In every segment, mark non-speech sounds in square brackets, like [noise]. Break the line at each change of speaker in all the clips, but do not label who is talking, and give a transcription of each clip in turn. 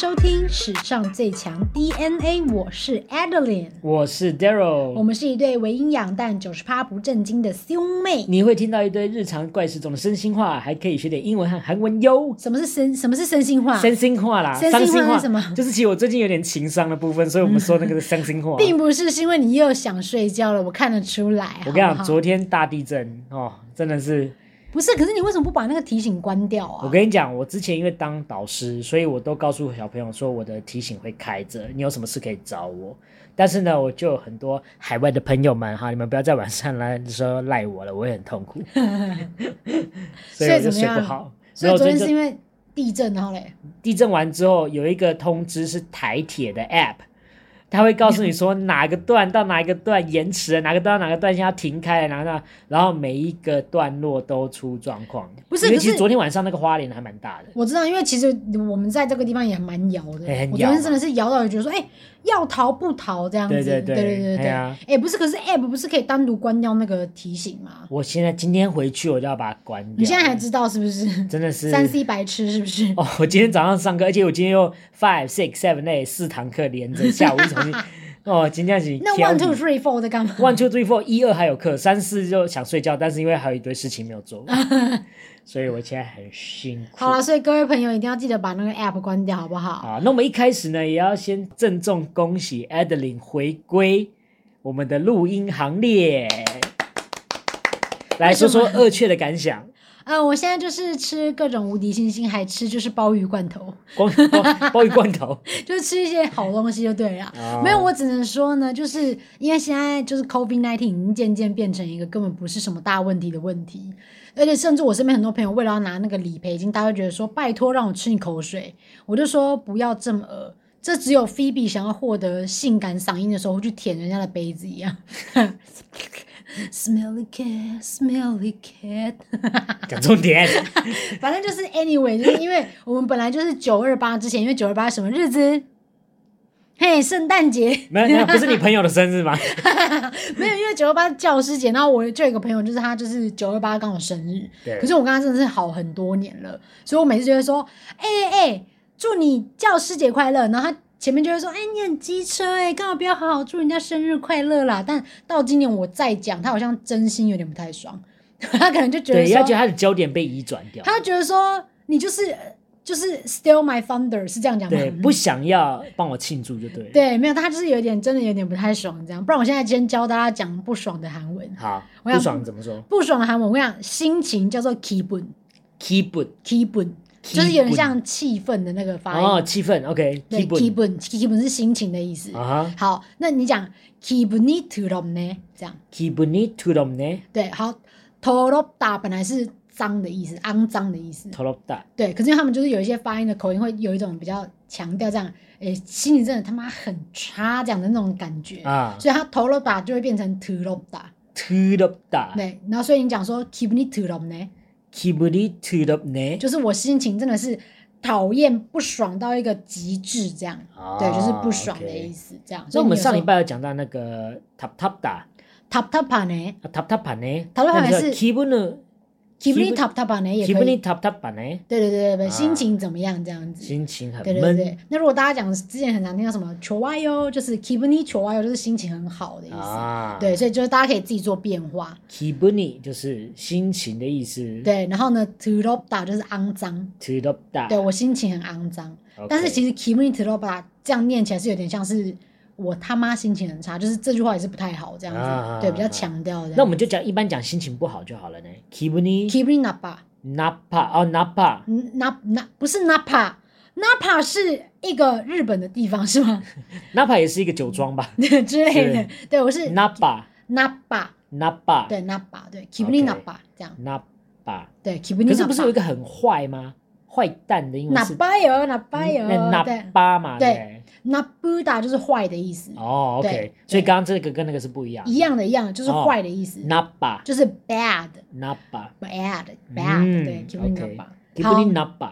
史上最强 DNA，我是 Adeline，
我是
我
Daryl。
们是一对为营养但九十趴不正经的兄妹。
你会听到一堆日常怪事中的身心话，还可以学点英文和韩文哟。
什么是身？什么是身心化？
身心话啦，
啊身心话
伤心话
是什么嗯
就是其实我最近有点情商的部分，所以我们说那个是
[laughs]
伤心话。
并不是是因为你又想睡觉了，我看得出来。
我跟你
好不
讲，
好
昨天大地震哦，真的是。
不是，可是你为什么不把那个提醒关掉啊？
我跟你讲，我之前因为当导师，所以我都告诉小朋友说我的提醒会开着，你有什么事可以找我。但是呢，我就有很多海外的朋友们哈，你们不要在晚上来的时候赖我了，我会很痛
[laughs]
苦，所以
所
我就
以怎么
睡
样
不好。
所以昨天
就是
因为地震，然后嘞，
地震完之后，有一个通知是台铁的 App，它会告诉你说哪个段到哪一个段延迟了，哪个段到哪个段现在要停开了，哪个段，然后每一个段落都出状况。
不是
因为
可
其
是
实昨天晚上那个花莲还蛮大的。
我知道，因为其实我们在这个地方也蛮摇的。
哎很
我昨
摇啊
天真的是摇到，觉得说，哎、要逃不逃这样子。
对对
对
对
对对
哎呀
哎、不是，可是 app 不是可以单独关掉那个提醒吗？
我现在今天回去我就要把它关掉。
你现在还知道是不是？
真的 [laughs] 是
三 C 白痴是不是？
哦！我今天早上上课，而且我今天又 five six seven eight 四堂课连着，下午一
[laughs]
重新哦，今天是
那 one two three four 在干嘛？
one two three four 一二还有课，三四就想睡觉，但是因为还有一堆事情没有做，
[laughs]
所以我现在很辛苦。
好了，所以各位朋友一定要记得把那个 app 关掉，好不好？
好，那我们一开始呢，也要先郑重恭喜 Adeline 回归我们的录音行列。来说说二雀的感想，
呃，我现在就是吃各种无敌星星，还吃就是鲍鱼罐头，
光包包一罐头，
[laughs] 就是吃一些好东西就对了。
哦
没有，我只能说呢，就是因为现在就是 COVID nineteen 已经渐渐变成一个根本不是什么大问题的问题，而且甚至我身边很多朋友为了要拿那个理赔金，大家会觉得说拜托让我吃你口水，我就说不要这么恶。这只有菲比想要获得性感嗓音的时候，会去舔人家的杯子一样。Smelly cat, smelly cat 。
讲重点。
反正就是 anyway，就是因为我们本来就是九二八之前，因为九二八什么日子？嘿，圣诞节
没有，没有，不是你朋友的生
[laughs]
日吗？
没有，因为九二八教师节。然后我就有一个朋友，就是他就是九二八刚好生日，
对
可是我跟他真的是好很多年了，所以我每次就会说，哎、哎、哎，祝你教师节快乐。然后他前面就会说，哎、你很机车哎、干嘛不要好好祝人家生日快乐啦？但到今年我再讲，他好像真心有点不太爽， [laughs] 他可能就觉得
对，要
说
觉得他的焦点被移转掉，
他觉得说你就是就是 steal my thunder 是这样讲吗？
对，不想要帮我庆祝就对了。，
对，没有，他就是有点真的有点不太爽这样。不然我现在今天教大家讲不爽的韩文，
好，
我想
不爽怎么说
不爽的韩文，我跟你讲心情叫做 kibun
？Keep it
kibun，就是有点像气氛的那个发音。
哦，气氛
对
OK，keep it
，kibun kibun 是心情的意思。
啊哈
好，那你讲 kibun이 더럽네 这样。
，keep it to them 呢
对，好，더럽다 本来是脏的意思，肮脏的意思。
，to them 大
对，可是因为他们就是有一些发音的口音，会有一种比较强调这样，诶，心情真的他妈很差这样的那种感觉，
啊
所以他头了打就会变成头了打，
，to them 大
对，然后所以你讲说 keep 你头了呢，
，keep it to them 呢，
就是我心情真的是讨厌不爽到一个极致这样，
아,
对，就是不爽的意
思。
思这样。
啊那我们上礼拜有讲到那个 tap tap 打
tap tap 呢
，tap tap 版呢
tap 版
那你说
是
keep 呢
keep 你
Keep-
tap tap 呢也可
，keep
以，
it tap tap 版呢，
对对对对对，
啊
心情怎么样这样子。
心情很
对对对
闷，
那如果大家讲之前很常听到什么 c h o w a y o 就是 keep 你 c h o w a y o 就是心情很好的意思。
啊，
对，所以就是大家可以自己做变化。
，keep it 就是心情的意思，
对，然后呢 t u r o p a 就是肮脏，
t o them 大，
对我心情很肮脏。
OK
但是其实 kimi t u r o p a 这样念起来是有点像是我他妈心情很差，就是这句话也是不太好这样子，
啊
对，比较强调的。
那我们就讲一般讲心情不好就好了呢。Kibuni
kimi napa
napa 哦 napa
na na 不是 napa。Napa 是一个日本的地方是吗？ [laughs]
napa 也是一个酒庄吧
之类的。对，我是
？napa
Napa，
napa
对 Napa，对 Kibuni
OK
Napa 这样，
napa，
对
可
Kibuni
是
Napa。
不是有一个很坏吗？坏蛋的英文是嗯
Napa 哟，Napa 哟，
那
对
napa 嘛？
对
对
Nabuda 就是坏的意思
不对。，哦
对
，OK，所以刚刚这个跟那个是不一样。
一样的，一样的，就是
哦
坏的意思，
napa
就是 bad
napa
bad bad，
嗯
对，Kibuni Napa。好
Kibuni napa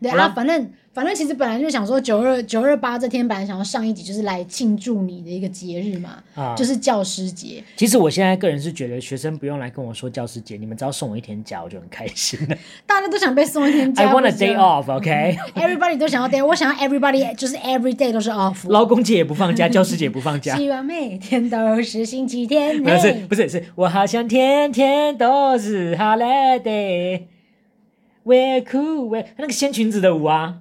对
好啦
啊，反正反正其实本来就想说九二九二八这天，本来想要上一集就是来庆祝你的一个节日嘛，
啊
就是教师节。
其实我现在个人是觉得学生不用来跟我说教师节，你们只要送我一天假，我就很开心
[laughs]
了。
大家都想被送一天假
I want a
不是
day
吗 [laughs]
off，OK？、
Everybody 都想要 day，我想要 everybody 就是 every day 都是 off。
劳工节也不放假，教师节也不放假。
希望每天都是星期天。
[laughs] 没有是
嘿
不是是我好像天天都是 holiday。We're cool, we're 那个仙裙子的舞啊，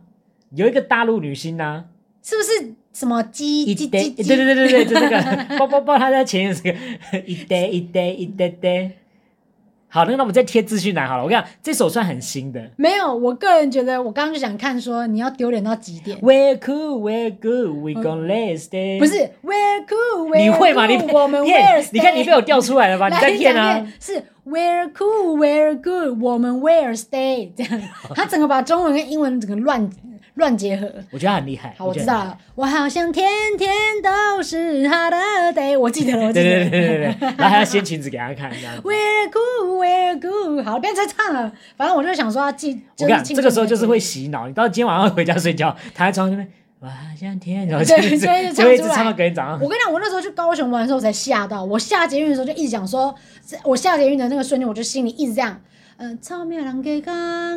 有一个大陆女星呐、
是不是什么鸡
一
鸡
对
鸡鸡？
对对对对，就那
[laughs]
个包包包，他在前面是个一堆一堆一堆堆。好，那个那我们再贴资讯栏好了。我跟你讲，这首算很新的。
没有，我个人觉得，我刚刚就想看说你要丢脸到几点。
We're cool, we're good, we gon' last day。
嗯不是，Where cool？
你会吗？你
我们 Where？
骗，你看你被我调出来了吧？你在骗
来
啊
讲！遍是 Where cool? Where good？我们 Where stay？这
[laughs]
样，他整个把中文跟英文整个乱乱结合。
我觉得他很厉害。
好，我
觉
知
得
道
很厉害。
了。我好像天天都是 holiday，我记得了，我记
对
得了。
对对对
[laughs]
对对，然后还要掀裙子给他看，这样子。
Where cool? Where good？好了，不要再唱了。反正我就想说要记，
我
就是
跟你讲，
庆
这个
祝
时候
你的
就是
节
会
日
洗脑。你到今天晚上回家睡觉，躺在床上那边，我好像天，然后
对
就一直
就一直
就会一直
唱出来
唱到隔天早上。
我跟你讲，我那时候去高雄玩的时候才吓到，我下捷运的时候就一直讲说，我下捷运的那个瞬间，我就心里一直这样。嗯，草莓人给刚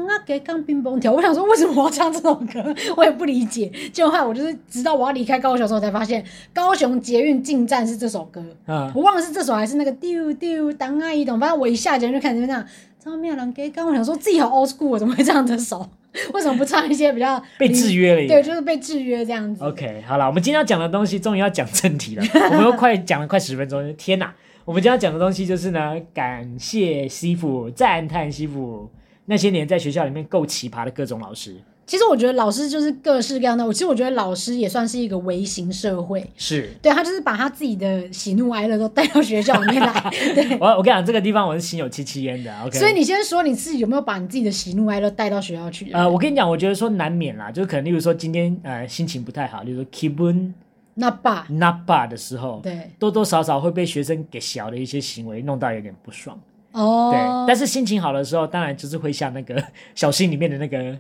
啊，给刚冰崩条。我想说，为什么我要唱这首歌？我也不理解。就后来我就是直到我要离开高雄的时候，才发现高雄捷运进站是这首歌。
嗯，
我忘了是这首还是那个丢丢当啊一懂，反正我一下节目就看见这样，超妙人给刚，我想说自己好 old school，我怎么会这样的手？ [laughs] 为什么不唱一些比较
被制约了耶
对，就是被制约这样子。
OK，好了，我们今天要讲的东西终于要讲正题了，我们又快讲了快十分钟，天哪！我们今天要讲的东西就是呢，感谢西府，赞叹西府那些年在学校里面够奇葩的各种老师，
其实我觉得老师就是各式各样的，我其实我觉得老师也算是一个微型社会， [laughs]
是。
对他就是把他自己的喜怒哀乐都带到学校里面
[laughs]
来，对。
我我跟你讲，这个地方我是心有戚戚焉的。OK，
所以你先说你自己有没有把你自己的喜怒哀乐带到学校去？
呃，我跟你讲，我觉得说难免啦，就是可能例如说今天呃心情不太好，例如说 kibun
那爸，
n a p a 的时候，
对，
多多少少会被学生给小的一些行为弄到有点不爽。
哦，
对，但是心情好的时候，当然就是会像那个 [laughs] 小新里面的那个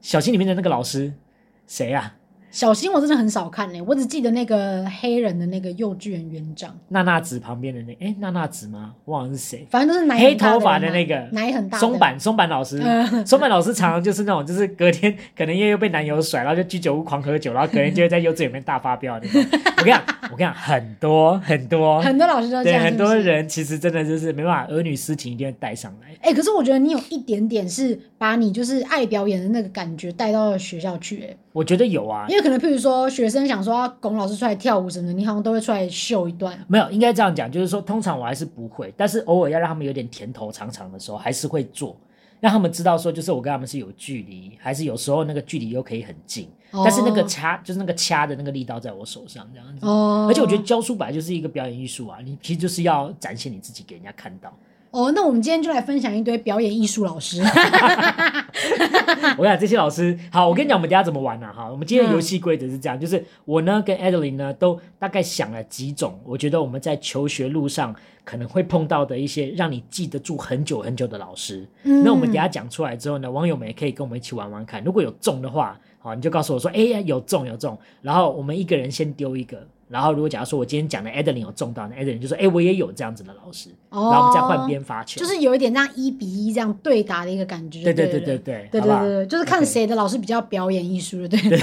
小新里面的那个老师，谁啊？
小新我真的很少看嘞、我只记得那个黑人的那个幼稚园园长，
娜娜子旁边的那哎，娜娜子吗？忘了是谁。
反正都是奶
黑
很大
头发
的人
的
啊
那个
奶很大的
松，坂松坂老师，
嗯 [laughs]
松坂老师常常就是那种，就是隔天 [laughs] 可能因为又被男友甩，然后就居酒屋狂喝酒，然后隔天就会在幼稚园里面大发飙的那种。我跟你讲，我跟你讲，很多很多，
很多老师都这
对
样，
很
是不是
多。人其实真的就是没办法，儿女私情一定会带上来。
哎、可是我觉得你有一点点是把你就是爱表演的那个感觉带到学校去、欸，
我觉得有啊，
因为可能，譬如说，学生想说要拱老师出来跳舞什么的，你好像都会出来秀一段。啊
没有，应该这样讲，就是说，通常我还是不会，但是偶尔要让他们有点甜头尝尝的时候，还是会做，让他们知道说，就是我跟他们是有距离，还是有时候那个距离又可以很近，
哦
但是那个掐，就是那个掐的那个力道在我手上这样子。
哦，
而且我觉得，教书本来就是一个表演艺术啊，你其实就是要展现你自己给人家看到。
哦，那我们今天就来分享一堆表演艺术老
[laughs]
师。
我跟你讲，这些老师，好，我跟你讲，我们等一下怎么玩啊？哈，我们今天的游戏规则是这样，就是我呢跟 Adeline 呢都大概想了几种，我觉得我们在求学路上可能会碰到的一些让你记得住很久很久的老师。
嗯
那我们等一下讲出来之后呢，网友们也可以跟我们一起玩玩看，如果有中的话，好，你就告诉我说，哎、有中有中，然后我们一个人先丢一个。然后，如果假如说我今天讲的 Adeline 有中到，那 Adeline 就说：“哎、我也有这样子的老师。
哦，
然后我们再换，边发球，
就是有一点这样一比一这样对答的一个感觉就
对
对
对对
了
对
对
对，好
对
不好
对对，就是看
OK
谁的老师比较表演艺术的，对。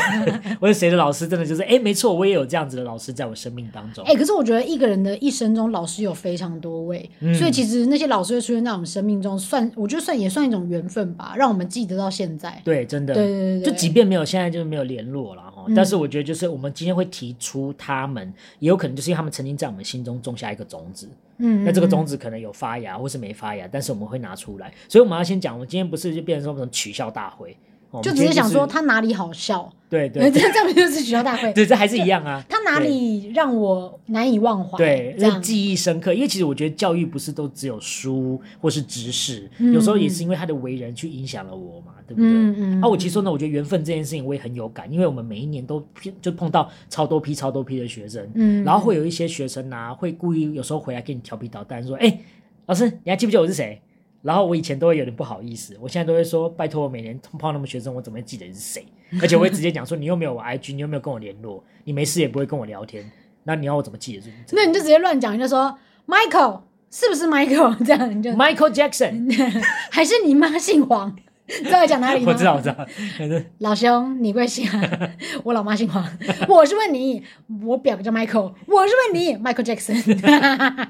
我是谁的老师，真的就是，哎，没错，我也有这样子的老师在我生命当中。
哎、可是我觉得一个人的一生中，老师有非常多位，
嗯
所以其实那些老师会出现在我们生命中，算我觉得算也算一种缘分吧，让我们记得到现在。
对，真的，
对对对对嗯
就即便没有现在就是没有联络了哈，但是我觉得就是我们今天会提出他们，也有可能就是因为他们曾经在我们心中种下一个种子，
嗯，
那这个种子可能有发芽或是没发芽，但是我们会拿出来，所以我们要先讲，我们今天不是就变成说我们取笑大会，哦我们
就
今
只是
天
想说
是，
他哪里好笑，
对
这 [laughs]
对对，
这样就是学校大会，
对这还是一样啊，
他哪
对
里让我难以忘怀？
对，
这
让
样
记忆深刻。因为其实我觉得教育不是都只有书或是知识，有时候也是因为他的为人去影响了我嘛，对不对？
嗯嗯
啊，我其实说呢，我觉得缘分这件事情我也很有感，因为我们每一年都偏就碰到超多批、超多批的学生，
嗯
然后会有一些学生啊，会故意有时候回来跟你调皮捣蛋，说：“哎、老师，你还记不记得我是谁？”然后我以前都会有点不好意思，我现在都会说拜托，我每年碰到那么学生，我怎么会记得你是谁？而且我会直接讲说，你又没有我 IG，你又没有跟我联络，你没事也不会跟我聊天，那你要我怎么记得住你这个
那你就直接乱讲，你就说 Michael 是不是 Michael？这 [laughs] 样你就
[laughs] ？Michael Jackson，
还是你妈姓黄？ [laughs] 你知道我讲哪里吗？
我知道，我知道，可是
老兄，你贵姓啊？ [laughs] 我老妈姓黄。我是问你，我表哥叫 Michael。我是问你，Michael
[laughs]
Jackson。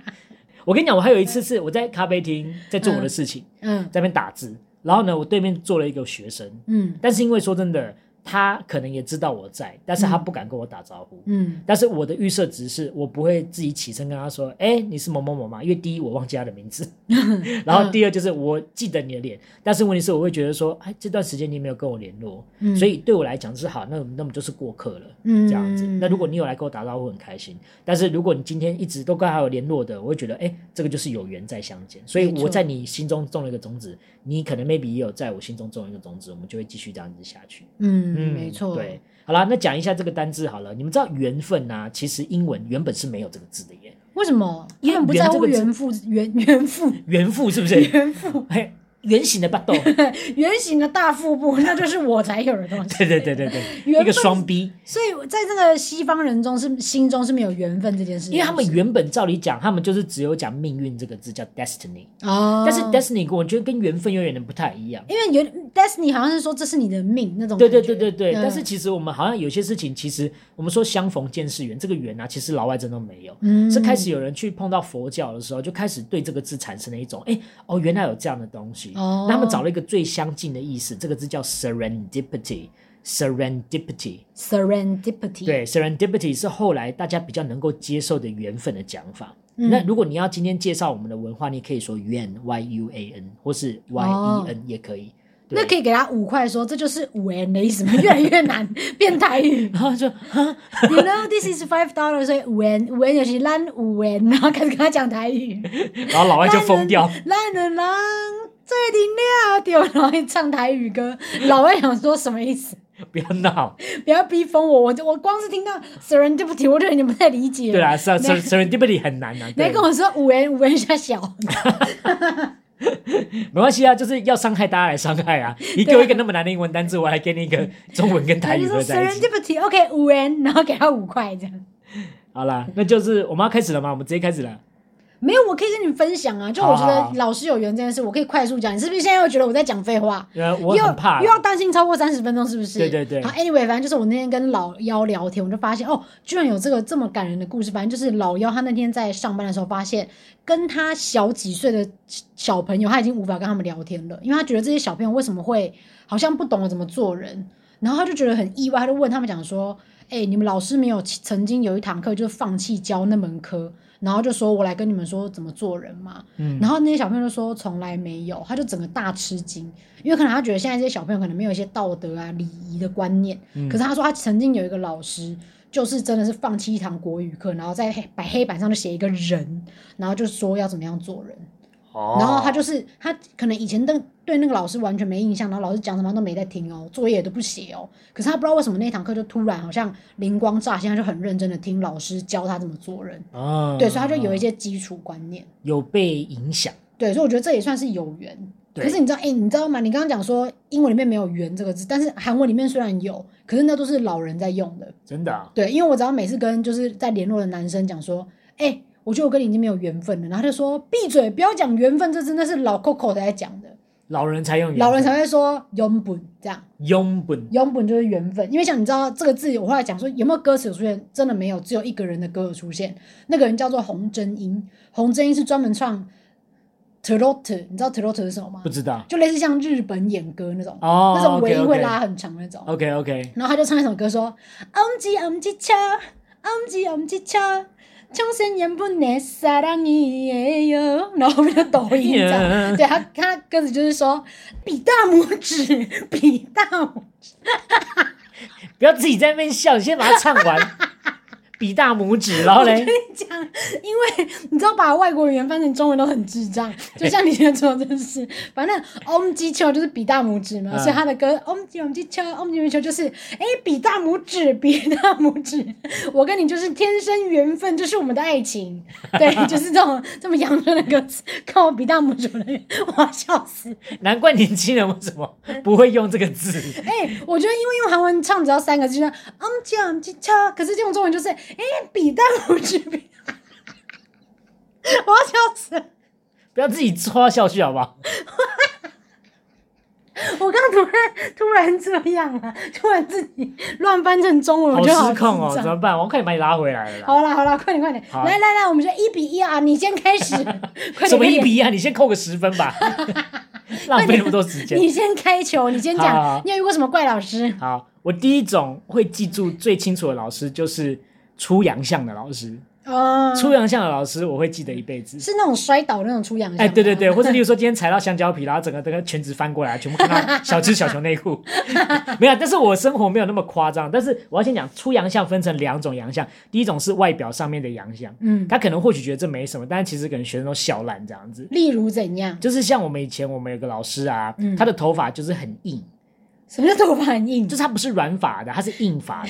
我跟你讲，我还有一次是我在咖啡厅在做我的事情，
嗯
在那边打字，然后呢，我对面坐了一个学生，
嗯
但是因为说真的，他可能也知道我在，但是他不敢跟我打招呼。
嗯
但是我的预设值是我不会自己起身跟他说：“哎、你是某某某吗？”因为第一我忘记他的
[laughs]
名字，然后第二就是我记得你的脸，但是问题是我会觉得说：“哎，这段时间你没有跟我联络，
嗯
所以对我来讲是好，那那么就是过客了。”
嗯
这样子，那如果你有来跟我打招呼，很开心。但是如果你今天一直都跟他有联络的，我会觉得，哎、这个就是有缘再相见。所以
没错
我在你心中种了一个种子，你可能 maybe 也有在我心中种了一个种子，我们就会继续这样子下去。
嗯，没错，
对，，好啦，那讲一下这个单字好了。你们知道缘分啊，其实英文原本是没有这个字的耶，
为什么？
因
因
为
为不
圆
在
这
乎
个字
原父原原父
缘父是不是？
原父
[laughs] 嘿，圆形的巴豆，
圆形的大腹部，那就是我才有的
[laughs]
东西。
[laughs] 对对对对对，
缘
一个
分
双 B，
所以在这个西方人中是心中是没有缘分这件事情，
因为他们原本照理讲，他们就是只有讲命运这个字叫 destiny，
哦，
但是 destiny 我觉得跟缘分有点不太一样。
因为有 destiny 好像是说这是你的命那种
对
感
对
觉，
对对对，
嗯
但是其实我们好像有些事情，其实我们说相逢见是缘，这个缘啊，其实老外真的没有。
嗯
是开始有人去碰到佛教的时候，就开始对这个字产生了一种，哎，哦，原来有这样的东西。
哦
那他们找了一个最相近的意思，这个字叫 serendipity。serendipity，
嗯 serendipity，，
对，serendipity 是后来大家比较能够接受的缘分的讲法。
嗯
那如果你要今天介绍我们的文化，你可以说缘 y u a n 或是 y e
哦
n 也可以。对
那可以给他五块说这就是五 N 的意思吗？越来越难变台
[laughs]
语
[laughs] 然后就啊，
，You know this is five dollars，所以五 N 五 N 就是烂五 N，然后开始跟他讲台语，
然后老外就疯掉。
烂人狼最顶料丢，然后唱台语歌，老外想说什么意思？
不要闹。
[laughs] 不要逼疯我，我就我光是听到 serendipity，我就有点不太理解。
对啦，是啊
你
ser-
还
，serendipity 很难啊。
你
对
还，跟我说五元五元下小，
没关系啊，就是要伤害大家来伤害
[laughs]
啊。你给我一个那么难的英文单字，我来给你一个中文跟
[laughs] 他
台
就
语合
说
在一起。
serendipity，OK、五元，然后给他五块这样。
好啦，那就是我们要开始了吗？我们直接开始了。
没有，我可以跟你分享啊，就我觉
好好好
得老师有缘这件事，我可以快速讲。你是不是现在又觉得我在讲废话？
呃，我
又
很怕
又要担心超过三十分钟，是不是？
对对对
好，anyway，反正就是我那天跟老妖聊天，我就发现哦，居然有这个这么感人的故事。反正就是老妖他那天在上班的时候，发现跟他小几岁的小朋友，他已经无法跟他们聊天了，因为他觉得这些小朋友为什么会好像不懂得怎么做人，然后他就觉得很意外，他就问他们讲说。哎、你们老师没有曾经有一堂课就放弃教那门科，然后就说我来跟你们说怎么做人嘛。
嗯
然后那些小朋友就说从来没有，他就整个大吃惊，因为可能他觉得现在这些小朋友可能没有一些道德啊、礼仪的观念。
嗯
可是他说他曾经有一个老师，就是真的是放弃一堂国语课，然后在黑白黑板上就写一个人，然后就说要怎么样做人。
哦
然后他就是他可能以前对对那个老师完全没印象，然后老师讲什么他都没在听哦，作业也都不写哦。可是他不知道为什么那堂课就突然好像灵光乍现，他就很认真的听老师教他怎么做人。
啊
对，所以他就有一些基础观念。
有被影响。
对，所以我觉得这也算是有缘。
对
可是你知道，哎、你知道吗？你刚刚讲说英文里面没有“缘”这个字，但是韩文里面虽然有，可是那都是老人在用的。
真的啊，
对，因为我只要每次跟就是在联络的男生讲说，哎、我觉得我跟你已经没有缘分了，然后他就说闭嘴，不要讲缘分，这真的是老 Coco 才在讲的，
老人才用，
老人才会说缘分这样，
用本。
缘分就是缘分。因为像你知道这个字，我后来讲说有没有歌词有出现，真的没有，只有一个人的歌有出现，那个人叫做洪真英，洪真英是专门唱 Trot，你知道 Trot 是什么吗
不？知道
就类似像日本演歌那种，
哦
那种尾
OK，OK
音会拉很长那种。
，OK OK，
然后他就唱一首歌说엄지엄지쳐엄지엄지쳐청생연분내사랑이에요，然后我们就抖音这样，
Yeah
对他他歌词就是说比大拇指，比大拇 [laughs]
不要自己在那边笑，你先把它唱完。比大拇指，然后嘞，
讲，因为你知道把外国语言翻成中文都很智
[laughs]
障，就像你现在做这事，反正 om 击球就是比大拇指嘛，
嗯
所以他的歌 om 击 om 击球 om 击 om 击球就是哎比大拇指 [laughs] 比大拇指，我跟你就是天生缘分，这是我们的爱情，
[laughs]
对，就是这种这么阳春的歌词，看我比大拇指我的，我要笑死。
难怪年轻人为什么不会用这个字？
哎、我觉得因为用韩文唱只要三个字，就像嗯 om 击 om 击球，可是这种中文就是哎比大拇指比， [laughs] 我要笑死了。
不要自己戳下去好不好？
我刚突然突然这样啊，突然自己乱翻成中 [laughs] 文，我
好
觉得好
失控哦，
智
怎
障
么办？我快点把你拉回来了啦。
好啦好啦，快点快点，
好
来来来，我们就一比一啊！你先开始，快点
什么
快
一
点
比一啊？你先扣个十分
[laughs]
吧，浪费那么多时间。
你先开球，你先
好好
讲
好，
你有遇过什么怪老师？
[laughs] 好，我第一种会记住最清楚的老师就是出洋相的老师，
哦，
出洋相的老师我会记得一辈子。
是那种摔倒那种出洋相。
哎，对对对，，或者例如说今天踩到香蕉皮，然后整个整个全直翻过来，全部看到小只小熊内
[laughs]
裤。没有，但是我生活没有那么夸张。但是我要先讲出洋相分成两种洋相，第一种是外表上面的洋相，
嗯，
他可能或许觉得这没什么，但是其实可能学生都笑烂这样子。
例如怎样？
就是像我们以前我们有个老师啊，
嗯
他的头发就是很硬，
什么叫头发很硬
就？是她不是软发的，她是硬发的。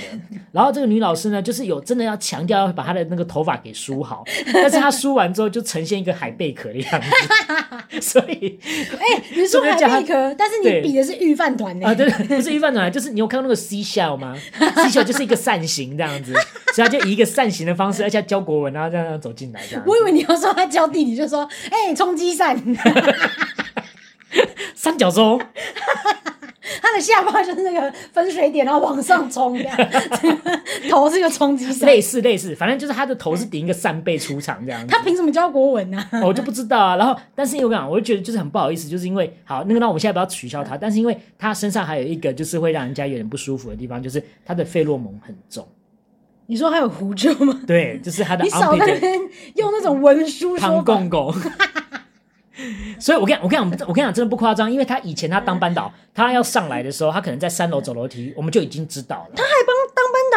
然后这个女老师呢，就是有真的要强调要把她的那个头发给梳好，但是她梳完之后就呈现一个海贝壳的样子， [laughs] 所以
哎，你说
这个
海
叫他
贝壳，但是
对
你比的是御饭团欸
啊， [laughs]
呢？
对，对不是鱼饭团，就是你有看过那个 C 笑吗？C 笑就是一个扇形这样子，所以她就以一个扇形的方式，而且她教国文，然后这样走进来这样子。
我以为你要说他教弟弟，就说哎冲击扇， [laughs]
三角洲，
他的下巴就是那个分水点，然后往上冲，这样 [laughs] 头是一个冲击扇。
类似类似，反正就是她的头是顶一个扇贝出场这样子。
他凭什么教国文呢、啊？
我就不知道啊。然后，但是我讲，我就觉得就是很不好意思，就是因为好那个，那我们现在不要取消
嗯
他，但是因为他身上还有一个就是会让人家有点不舒服的地方，就是他的费洛蒙很重，
你说还有狐臭
[laughs]
吗？
对，就是他的
你少在那
armpit 的
边用那种文书说
膀
法。
公公。 [laughs] 所以我跟你讲我跟你讲，我跟你讲，真的不夸张，因为他以前他当班导，他要上来的时候，他可能在三楼走楼梯，我们就已经知道了。
班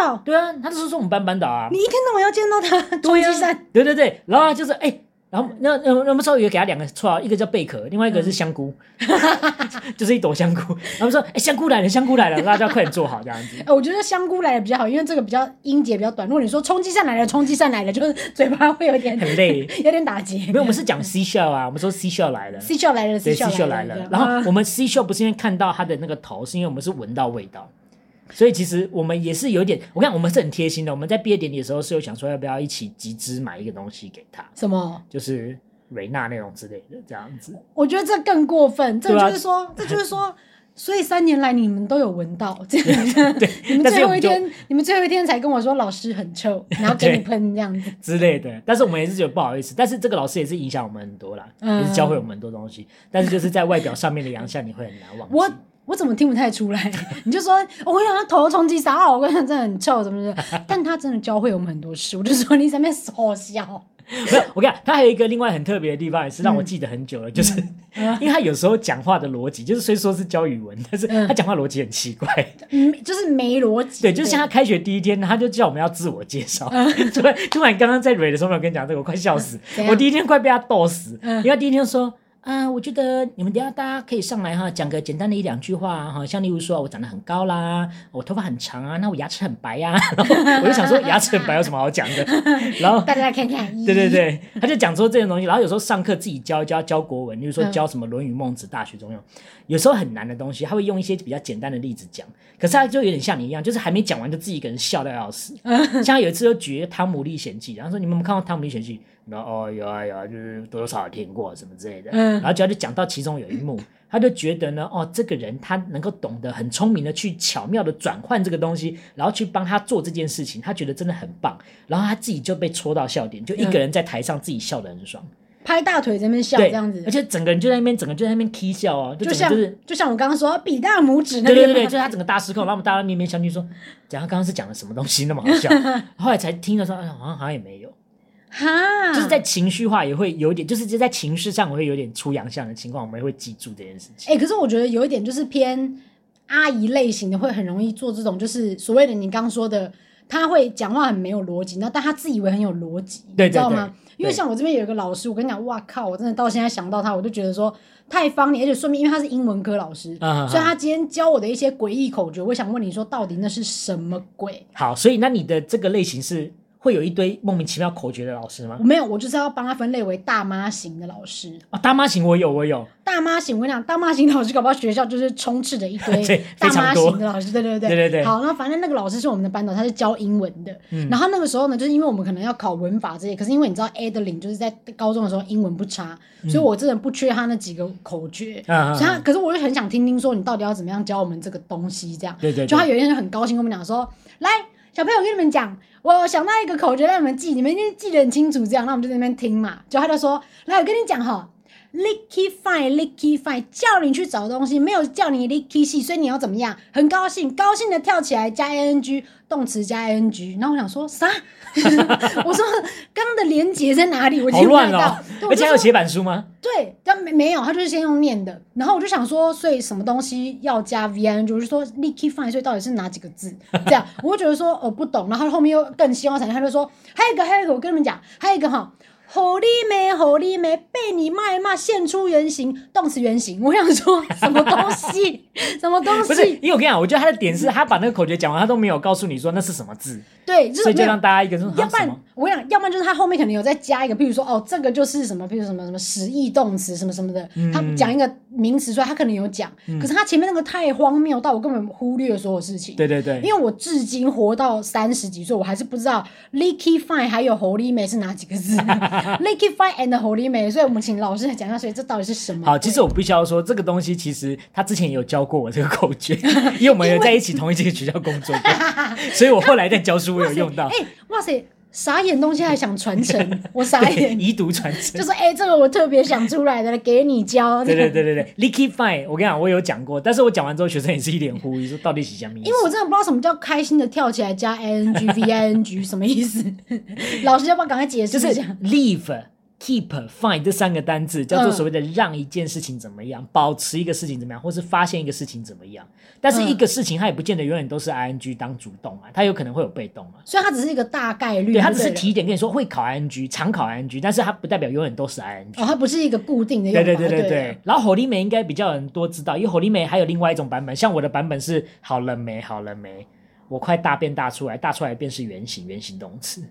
导，
对啊，他就是说我们班班导啊，
你一天到晚要见到他冲击扇，
对啊对对，然后他就是哎、然后那那那我们稍微有给他两个绰号，一个叫贝壳，另外一个是香菇，
嗯
[laughs] 就是一朵香菇。然后说哎、香菇来了，香菇来了，大家快点坐好这样子
哎、。我觉得香菇来的比较好，因为这个比较音节比较短。如果你说冲击扇来了，冲击扇来了，就是嘴巴会有点
很累
有点打结。[laughs]
没有，我们是讲 C 笑啊，我们说 C 笑来了。
C 秀来了啊
对
，C
，C 笑
秀
来
了
了。。
这
然
样
后我们 C 笑不是因为看到他的那个头，是因为我们是闻到味道，所以其实我们也是有点，我看我们是很贴心的。我们在毕业典礼的时候是有想说要不要一起集资买一个东西给他，
什么？
就是瑞娜那种之类的这样子。
我觉得这更过分，这
对啊
就是说，
[laughs]
这就是说，所以三年来你们都有闻到，这样你们
但是
最后
我们
一
就
天，你们最后一天才跟我说老师很
[laughs]
臭，然后给你
对
喷这样子。
之类的，但是我们也是觉得不好意思，但是这个老师也是影响我们很多啦，
嗯
也是教会我们很多东西，但是就是在外表上面的洋相，你会很难忘记。
嗯我我怎么听不太出来？你就说哦我跟你讲，他头冲击啥哦，我跟你讲真的很臭，怎么怎
[laughs]
么，但他真的教会我们很多事。我就说你在那边说笑，
没有，我跟你讲，他还有一个另外很特别的地方，也是让我记得很久了，就是
嗯
[laughs] 因为他有时候讲话的逻辑，就是虽说是教语文，但是
嗯
他讲话逻辑
[laughs]
很奇怪。
嗯，就是没逻辑。
对，就是像他开学第一天，他就叫我们要自我介绍。突然， [laughs] 突然刚刚在蕊的时候，我跟你讲这个，我快笑死
嗯怎，样
我第一天快被他逗死，
嗯
因为他第一天说。啊、我觉得你们等一下大家可以上来哈，讲个简单的一两句话啊哈，像例如说我长得很高啦，我头发很长啊，那我牙齿很白呀、然后我就
[laughs]
想说牙齿很白有什么好讲的， [laughs] 然后
大家来看看，
对对，对，他就讲说这种东西，然后有时候上课自己教一教教国文，比如说
嗯
教什么《论语》《孟子》《大学》中用，有时候很难的东西，他会用一些比较简单的例子讲，可是他就有点像你一样，就是还没讲完就自己一个人笑到
[laughs]
要死。
嗯
像他有一次就举《汤姆历险记》，然后说你们有没有看过《汤姆历险记》？然后哦有啊有啊，就是多多少少听过什么之类的，
嗯
然后就他就讲到其中有一幕，他就觉得呢，哦，这个人他能够懂得很聪明的去巧妙的转换这个东西，然后去帮他做这件事情，他觉得真的很棒，然后他自己就被戳到笑点，就一个人在台上自己笑得很爽，
拍大腿在那边笑
对，
嗯这样子
而，且整个人就在那边，整个就在那边 k 笑哦，就
就
整
像
个就是。
就像我刚刚说哦比大拇 [laughs] 指那
对对
边
对
嘛，
对，就是他整个大失控，然后我们大家面面相觑说，讲他刚刚是讲了什么东西那么好笑，
[laughs]
后来才听的时候，哎好像好像也没有，
哈，
就是在情绪化也会有点，就是在情绪上我会有点出洋相的情况，我们也会记住这件事情。
哎、可是我觉得有一点就是偏阿姨类型的，会很容易做这种，就是所谓的你刚刚说的，他会讲话很没有逻辑，那但他自以为很有逻辑，
对
你知道
对
吗？因为
对
像我这边有一个老师，我跟你讲，哇靠，我真的到现在想到他，我就觉得说太方便，而且顺便因为他是英文科老师，
啊
嗯所以他今天教我的一些诡异口诀，我想问你说，到底那是什么鬼？
啊好，所以那你的这个类型是会有一堆莫名其妙口诀的老师吗
我？没有，我就是要帮他分类为大妈型的老师。
啊，大妈型我有，我有，
大妈型，我跟你讲，大妈型老师搞不好学校就是充斥着一
[laughs] 对
堆
非
大
常
妈
多
型的老师，对对对
对对嗯对
好，那反正那个老师是我们的班导，他是教英文的。然后那个时候呢，就是因为我们可能要考文法这些，可是因为你知道 Adeline 就是在高中的时候英文不差，所以我真的不缺他那几个口诀。
嗯啊啊
所以他
啊，
可是我就很想听听说你到底要怎么样教我们这个东西，这样。
对对
就他
对，
有一天就很高兴跟我们讲说，来，小朋友我跟你们讲，我想到一个口诀让你们记，你们一定记得很清楚，这样，那我们就在那边听嘛。就他就说，来，我跟你讲哈。Licky fine, licky fine，叫你去找东西，没有叫你 licky 系，所以你要怎么样？很高兴，高兴的跳起来，加 ing 动词加 ing。然后我想说啥？ [laughs] 我说刚刚的连结在哪里？我
好
听不太
乱
到
哦。
对，我
而
就
且还有
说
写板书吗？
对，但没没有，他就是先用念的。然后我就想说，所以什么东西要加 V N，就是说 Licky Fine，所以到底是哪几个字？ [laughs] 这样，我就觉得说哦不懂。然后后面又更希望产生，他就说还有一个，还有一个，我跟你们讲，还有一个哈。吼力妹，吼力妹，被你骂一骂，现出原形，动词原形。我想说，什么东西？ [laughs] 什么东
不是，
西？
因为我跟你讲，我觉得他的点是他把那个口诀讲完，他都没有告诉你说那是什么字，
对，就是
所以
没
就
有
让大家一个说
要
啊
不
什
然
么。
我跟你讲，要不然就是他后面可能有再加一个，譬如说哦，这个就是什么，譬如什么什么实义动词什么什么的，
嗯
他讲一个名词出来，他可能有讲，可是他前面那个太荒谬到我根本忽略所有事情。
对对对，
因为我至今活到三十几岁，我还是不知道 “licky fine” 还有 “holy 美”是哪几个
[laughs]
字，“licky fine” and “holy 美”，所以我们请老师来讲一下，所以这到底是什么？
好，其实我必须要说，这个东西其实他之前也有教过我这个口
[laughs]
诀，因为我们有在一起同一间学校工作过，所以我后来在教书我有
[laughs]
用到
哎、，哇塞，傻眼东西还想传
[laughs]
承，我傻眼，
遗毒传承
就。说哎、这个我特别想出来的，给你教。
对对对对对，Licky Fine，我跟你讲，我有讲过，但是我讲完之后，学生也是一脸狐疑，说到底是什么意思
因为我真的不知道什么叫开心的跳起来加 i n
[laughs]
g v i n g 什么意思，老师要不要赶快解释
就
一
是
下？
leave、keep、find 这三个单字，叫做所谓的让一件事情怎么样，保持一个事情怎么样，或是发现一个事情怎么样。但
嗯
是一个事情它也不见得永远都是 ing 当主动嘛，它有可能会有被动嘛。啊
所以它只是一个大概率，
对，它
就
只是
了
提点跟你说会考 ing，常考 ing，但是它不代表永远都是 ing。
哦，它不是一个固定的用
对
法。
对对
对
对对，然后火力美应该比较有人多知道，因为火力美还有另外一种版本，像我的版本是好了没，好了没，我快大便大出来，大出来便是原形，原形动词，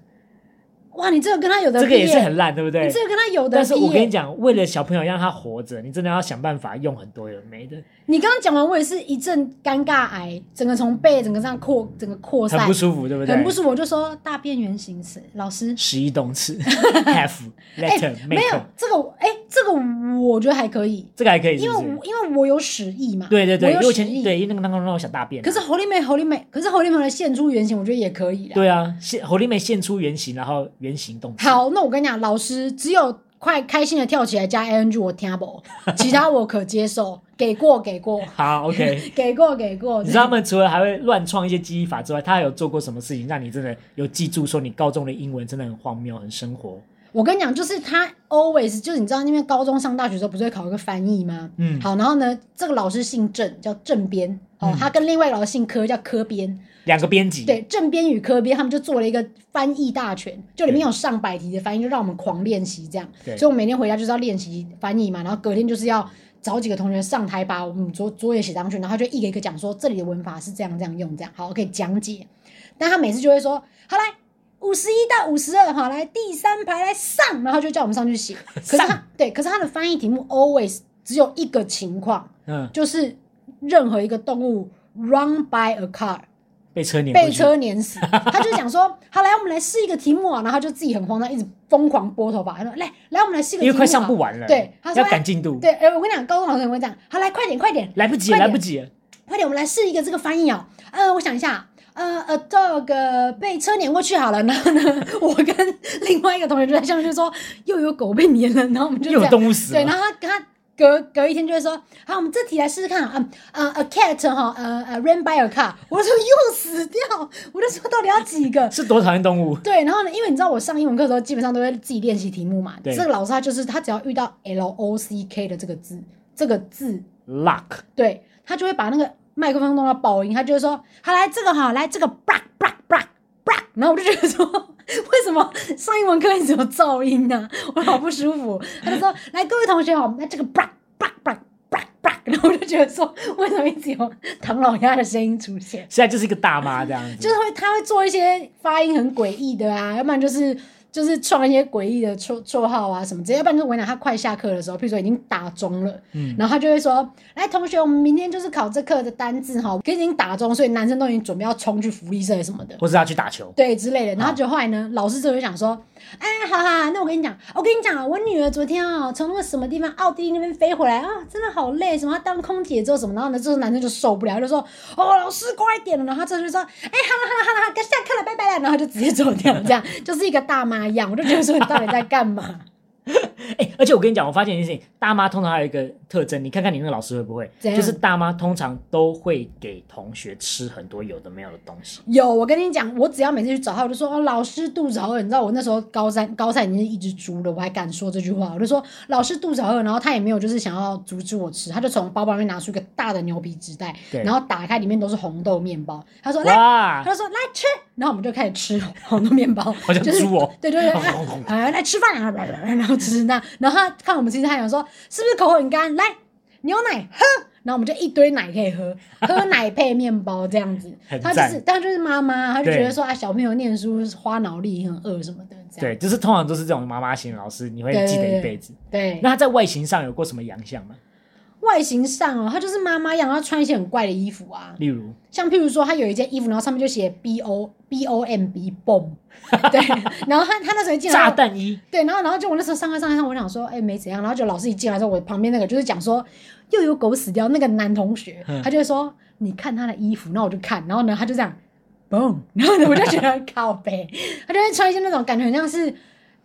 哇，你这个跟他有的
这个也
比
是
耶
很烂，对不对
你？这个跟他有的比耶，
但是我跟你讲，为了小朋友让他活着，你真的要想办法用很多有的没的，
你刚刚讲完，我也是一阵尴尬癌，整个从背整个这样扩，整个扩
很
散
不，舒服，对不对？
很不舒服。我就说大变原形词，老师
十一
[laughs]
动词 have letter
哎没
make，
有
up，
这个，哎，这个我觉得还可以，
这个还可以，
因
是
为
不
我
是？
因为我有史意嘛，
对对对，因
我
为
有
我
史
前
意，
对那个那个让我想大便啊，
可是侯丽梅，侯丽梅，可是侯丽梅的现出原形，我觉得也可以啦。
对啊，现火力美现出原形，然后原形动词。
好，那我跟你讲，老师只有快开心的跳起来加 ing 我听不，其他我可接受，给过给过
好，OK。
给过给过。
[laughs] 你知道他们除了还会乱创一些记忆法之外，他还有做过什么事情让你真的有记住说你高中的英文真的很荒谬、很生活？
我跟你讲，就是他 always 就是你知道，因为高中上大学的时候不是会考一个翻译吗？
嗯
好，然后呢，这个老师姓郑，叫郑编。哦
嗯，
他跟另外一个老师姓柯，叫柯编。
两个编辑，
对，郑编与柯编他们就做了一个翻译大全，就里面有上百题的翻译，就让我们狂练习这样。
对
所以我每天回家就是要练习翻译嘛，然后隔天就是要找几个同学上台把我们作作业写上去，然后他就一个一个讲说这里的文法是这样这样用这样，好，我可以讲解。但他每次就会说，好来。五十一到五十二，好来第三排来上，然后就叫我们上去
[laughs]
写。可是
上
他对，可是他的翻译题目 always 只有一个情况，
嗯，
就是任何一个动物 run by a car，
被车碾
被
过去，
车碾死。 [laughs] 他就讲说：“好，来，我们来试一个题目啊。”然后他就自己很慌张，一直疯狂拨头发。他说：“来，来，我们来试一个
因
题目、啊。”
为快上不完了，
对他说
要赶进度，
对，哎、我跟你讲，高中老师很会这样。好，来，快点，快点，
来不及，
快点
来不及了，
快点，我们来试一个这个翻译啊。呃，我想一下，呃，a dog 呃被车碾过去好了。然后呢， [laughs] 我跟另外一个同学就在下面就说：“又有狗被碾了。”然后我们就
又
这
有
样。
动物死
对，
了
然。后他他隔隔一天就会说，好，我们这题来试试看啊，嗯呃，a cat 哈，呃呃，ran by a car，我就说又死掉，我就说到底要几个？
是多讨厌动物？
对，然后呢，因为你知道我上英文课的时候，基本上都会自己练习题目嘛。
对
这个老师他就是他只要遇到 L O C K 的这个字，这个字，
Luck，
对他就会把那个麦克风弄到爆音，他就会说，好来这个哈，来这个 black black black black 然后我就觉得说，为什么上英文课一直有噪音呢、我好不舒服。他就说，来各位同学好，那这个叭叭叭叭叭，然后我就觉得说，为什么一直有唐老鸭的声音出现？
现在就是一个大妈这样子，
就是会他会做一些发音很诡异的啊，要不然就是就是创一些诡异的绰绰号啊什么之类，要不然就是为难他快下课的时候，譬如说已经打钟了，
嗯
然后他就会说：“来，同学，我们明天就是考这课的单字哈，可是已经打钟，所以男生都已经准备要冲去福利社什么的。”
或是要去打球，
对之类的。然后就后来呢，老师就会想说，哎，好好，那我跟你讲，我跟你讲啊，我女儿昨天哦，从那个什么地方奥地利那边飞回来啊，真的好累，什么她当空姐之后什么，然后呢，这个男生就受不了，他就说，哦，老师乖一点了。然后他这就说，哎，好了好了好了好了，该下课了，拜拜了。然后就直接走掉，这样 [laughs] 就是一个大妈一样。我就觉得说，你到底在干嘛？
哎、而且我跟你讲，我发现一件事情，大妈通常还有一个特征，你看看你那个老师会不会，
怎样
就是大妈通常都会给同学吃很多有的没有的东西。
有，我跟你讲，我只要每次去找他，我就说哦，老师肚子好饿。你知道我那时候高三，高三已经是一只猪了，我还敢说这句话，我就说老师肚子好饿。然后他也没有就是想要阻止我吃，他就从包包里面拿出一个大的牛皮纸袋，
对
然后打开里面都是红豆面包。他说来，
哇
他， [laughs] 就说来吃，然后我们就开始吃红豆面包，
[laughs] 好像
就是
猪 [laughs] 哦
[laughs] 对对对，
轰
啊
轰轰
啊来吃饭啊，然后吃那，然后他看我们吃，他想说是不是口很干，来牛奶喝。然后我们就一堆奶可以喝，喝奶配面包这样子
很。
他就
赞
是，但就是妈妈，他就觉得
对
说啊，小朋友念书花脑力，很饿什么的，这样。
对，就是通常都是这种妈妈型老师，你会
对
记
对
得
对
一辈子。
对，
那他在外形上有过什么洋相吗？
外形上哦，他就是妈妈一样，他穿一些很怪的衣服啊，
例如，
像譬如说，他有一件衣服，然后上面就写 B O B O M B bomb，对，
[laughs]
然后他他那时候进来
炸弹一，
对，然后然后就我那时候上课上课上课，我想说，哎、没怎样。然后就老师一进来之后，我旁边那个就是讲说，又有狗死掉那个男同学，
嗯
他就会说，你看他的衣服，然后我就看，然后呢，他就这样，嘣，然后呢，我就觉得靠背，他就会穿一些那种感觉很像是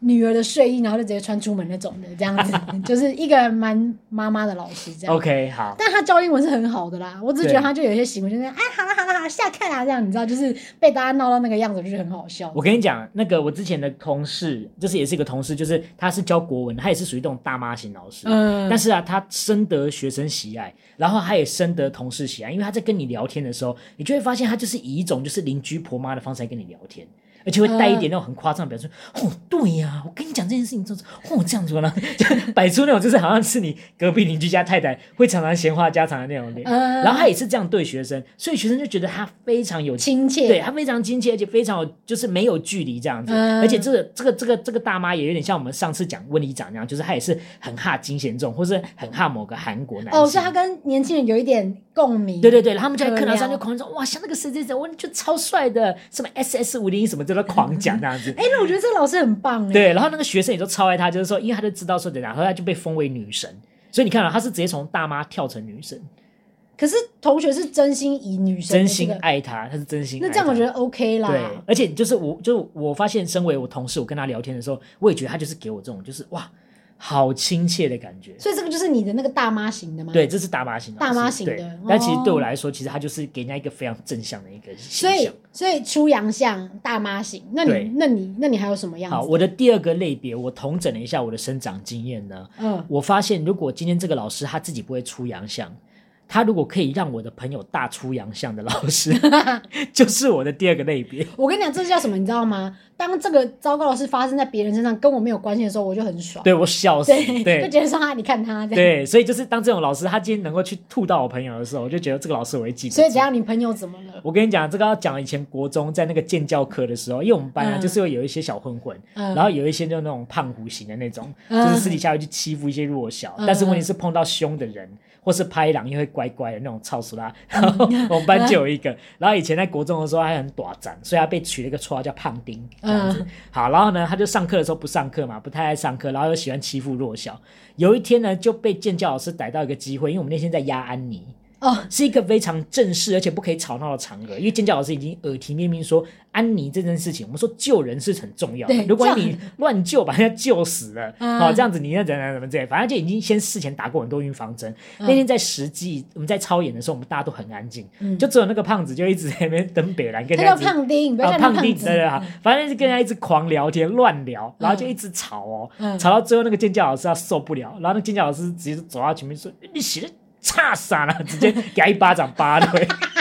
女儿的睡衣，然后就直接穿出门那种的，这样子，
[laughs]
就是一个蛮妈妈的老师这样。
OK，好，
但他教英文是很好的啦，我只是觉得
对
他就有一些行为，就是哎，好了好了好了，下课啦，这样你知道，就是被大家闹到那个样子，就是很好笑。
我跟你讲，那个我之前的同事，就是也是一个同事，就是他是教国文，他也是属于这种大妈型老师。
嗯，
但是啊，他深得学生喜爱，然后他也深得同事喜爱，因为他在跟你聊天的时候，你就会发现他就是以一种就是邻居婆妈的方式来跟你聊天，而且会带一点那种很夸张的表情，哦，对呀、我跟你讲这件事情就是，哦，这样子呢，就 [laughs] 摆出那种就是好哦像是你隔壁邻居家太太会常常闲话家常的那种脸，
嗯
然后他也是这样对学生，所以学生就觉得他非常有
亲切，
对他非常亲切，而且非常有就是没有距离这样子，
嗯
而且这个这个这个这个大妈也有点像我们上次讲温里长那样，就是她也是很怕金贤重，或是很怕某个韩国男
哦，所
星
以他跟年轻人有一点共鸣。
对对对，然后他们就在课堂上
可
就
聊
狂说哇，像那个谁谁谁，我觉得超帅的，什么 SS 五零一什么，就在狂讲这样子。
哎，那我觉得这个老师很棒哎。，
对，然后那个学生也都超爱她，就是说，因为他就知道说的，然后他就被封为女神，所以你看到、她是直接从大妈跳成女神，
可是同学是真心以女生
真
的这个
心爱她，她是真心爱她。
那这样我觉得 OK 啦。
对，啊而且就是我，就是我发现，身为我同事，我跟他聊天的时候，我也觉得他就是给我这种，就是哇，好亲切的感觉。
所以这个就是你的那个大妈型的吗？。
对，这是大妈型的老师，
嗯大妈型的
对
哦
但其实对我来说，其实他就是给人家一个非常正向的一个形
所以
象。，
所以出洋相大妈型，那
对
你，那你，那你还有什么样
好，
子？
我的第二个类别，我统整了一下我的生长经验呢，
嗯，
我发现如果今天这个老师他自己不会出洋相。他如果可以让我的朋友大出洋相的
[laughs]
老师，就是我的第二个类别。
我跟你讲，这叫什么，你知道吗？当这个糟糕的事发生在别人身上，跟我没有关系的时候，我就很爽。
对我笑死，对，
就觉得说啊，你看他这样。
对，所以就是当这种老师他今天能够去吐到我朋友的时候，我就觉得这个老师我会记得住。
所以，只要你朋友怎么了？
我跟你讲，这个要讲以前国中在那个建教课的时候，因为我们班啊、
嗯
就是会有一些小混混，
嗯
然后有一些就那种胖虎型的那种，
嗯
就是私底下会去欺负一些弱小，
嗯
但是问题是碰到凶的人或是拍狼又会乖乖的那种操死啦。
嗯
然后 [laughs] 我们班就有一个，然后以前在国中的时候他还很短暂，所以他被取了一个绰号叫胖丁这样子。
嗯
好，然后呢他就上课的时候不上课嘛，不太爱上课，然后又喜欢欺负弱小。有一天呢就被建教老师逮到一个机会，因为我们那天在压安妮。
哦，
是一个非常正式而且不可以吵闹的场合，因为尖叫老师已经耳提面命说安妮这件事情，我们说救人是很重要的
对。
如果
这样
你乱救把人家救死了，
嗯
好、这样子你那怎样怎么这样，反正就已经先事前打过很多预防针。那天在实际我们在操演的时候，我们大家都很安静，
嗯
就只有那个胖子就一直在那边等北兰跟
他
人家
叫
一直
胖丁，你不要
啊，
叫他
胖弟
子。
对对对，反正是跟人家一直狂聊天、乱聊，然后就
嗯
一直吵哦，
嗯
吵到最后那个尖叫老师他受不了，然后那尖叫老师直接 [laughs] 走到前面说：“你写的差啥了？”直接给他一巴掌扒了。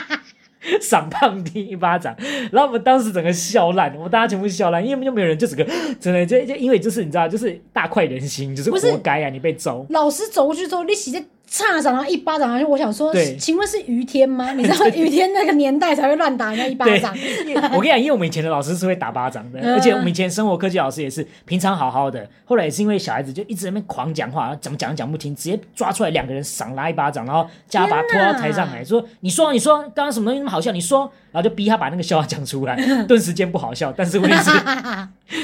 [laughs] 赏胖丁一巴掌，然后我们当时整个笑烂，我们大家全部笑烂，因为又没有人，就整个真的就就因为就是你知道，就是大快人心，就是
不是
活该啊，你被揍。
老师走过去之后，你直接叉掌，然后一巴掌，然后我想说
对，
请问是于天吗？
[laughs]
你知道于天那个年代才会乱打人家一巴
对
掌，
因为 [laughs] 我跟你讲，因为我们以前的老师是会打巴掌的，
嗯
而且我们以前生活科技老师也是平常好好的，后来也是因为小孩子就一直在那边狂讲话，怎么讲都讲不听，直接抓出来两个人赏拉一巴掌，然后叫他把他拖到台上来说：“你说，你说，刚刚什么东西那么好笑？你说。”然后就逼他把那个笑话讲出来，顿时间不 [laughs] 好笑，但是问题是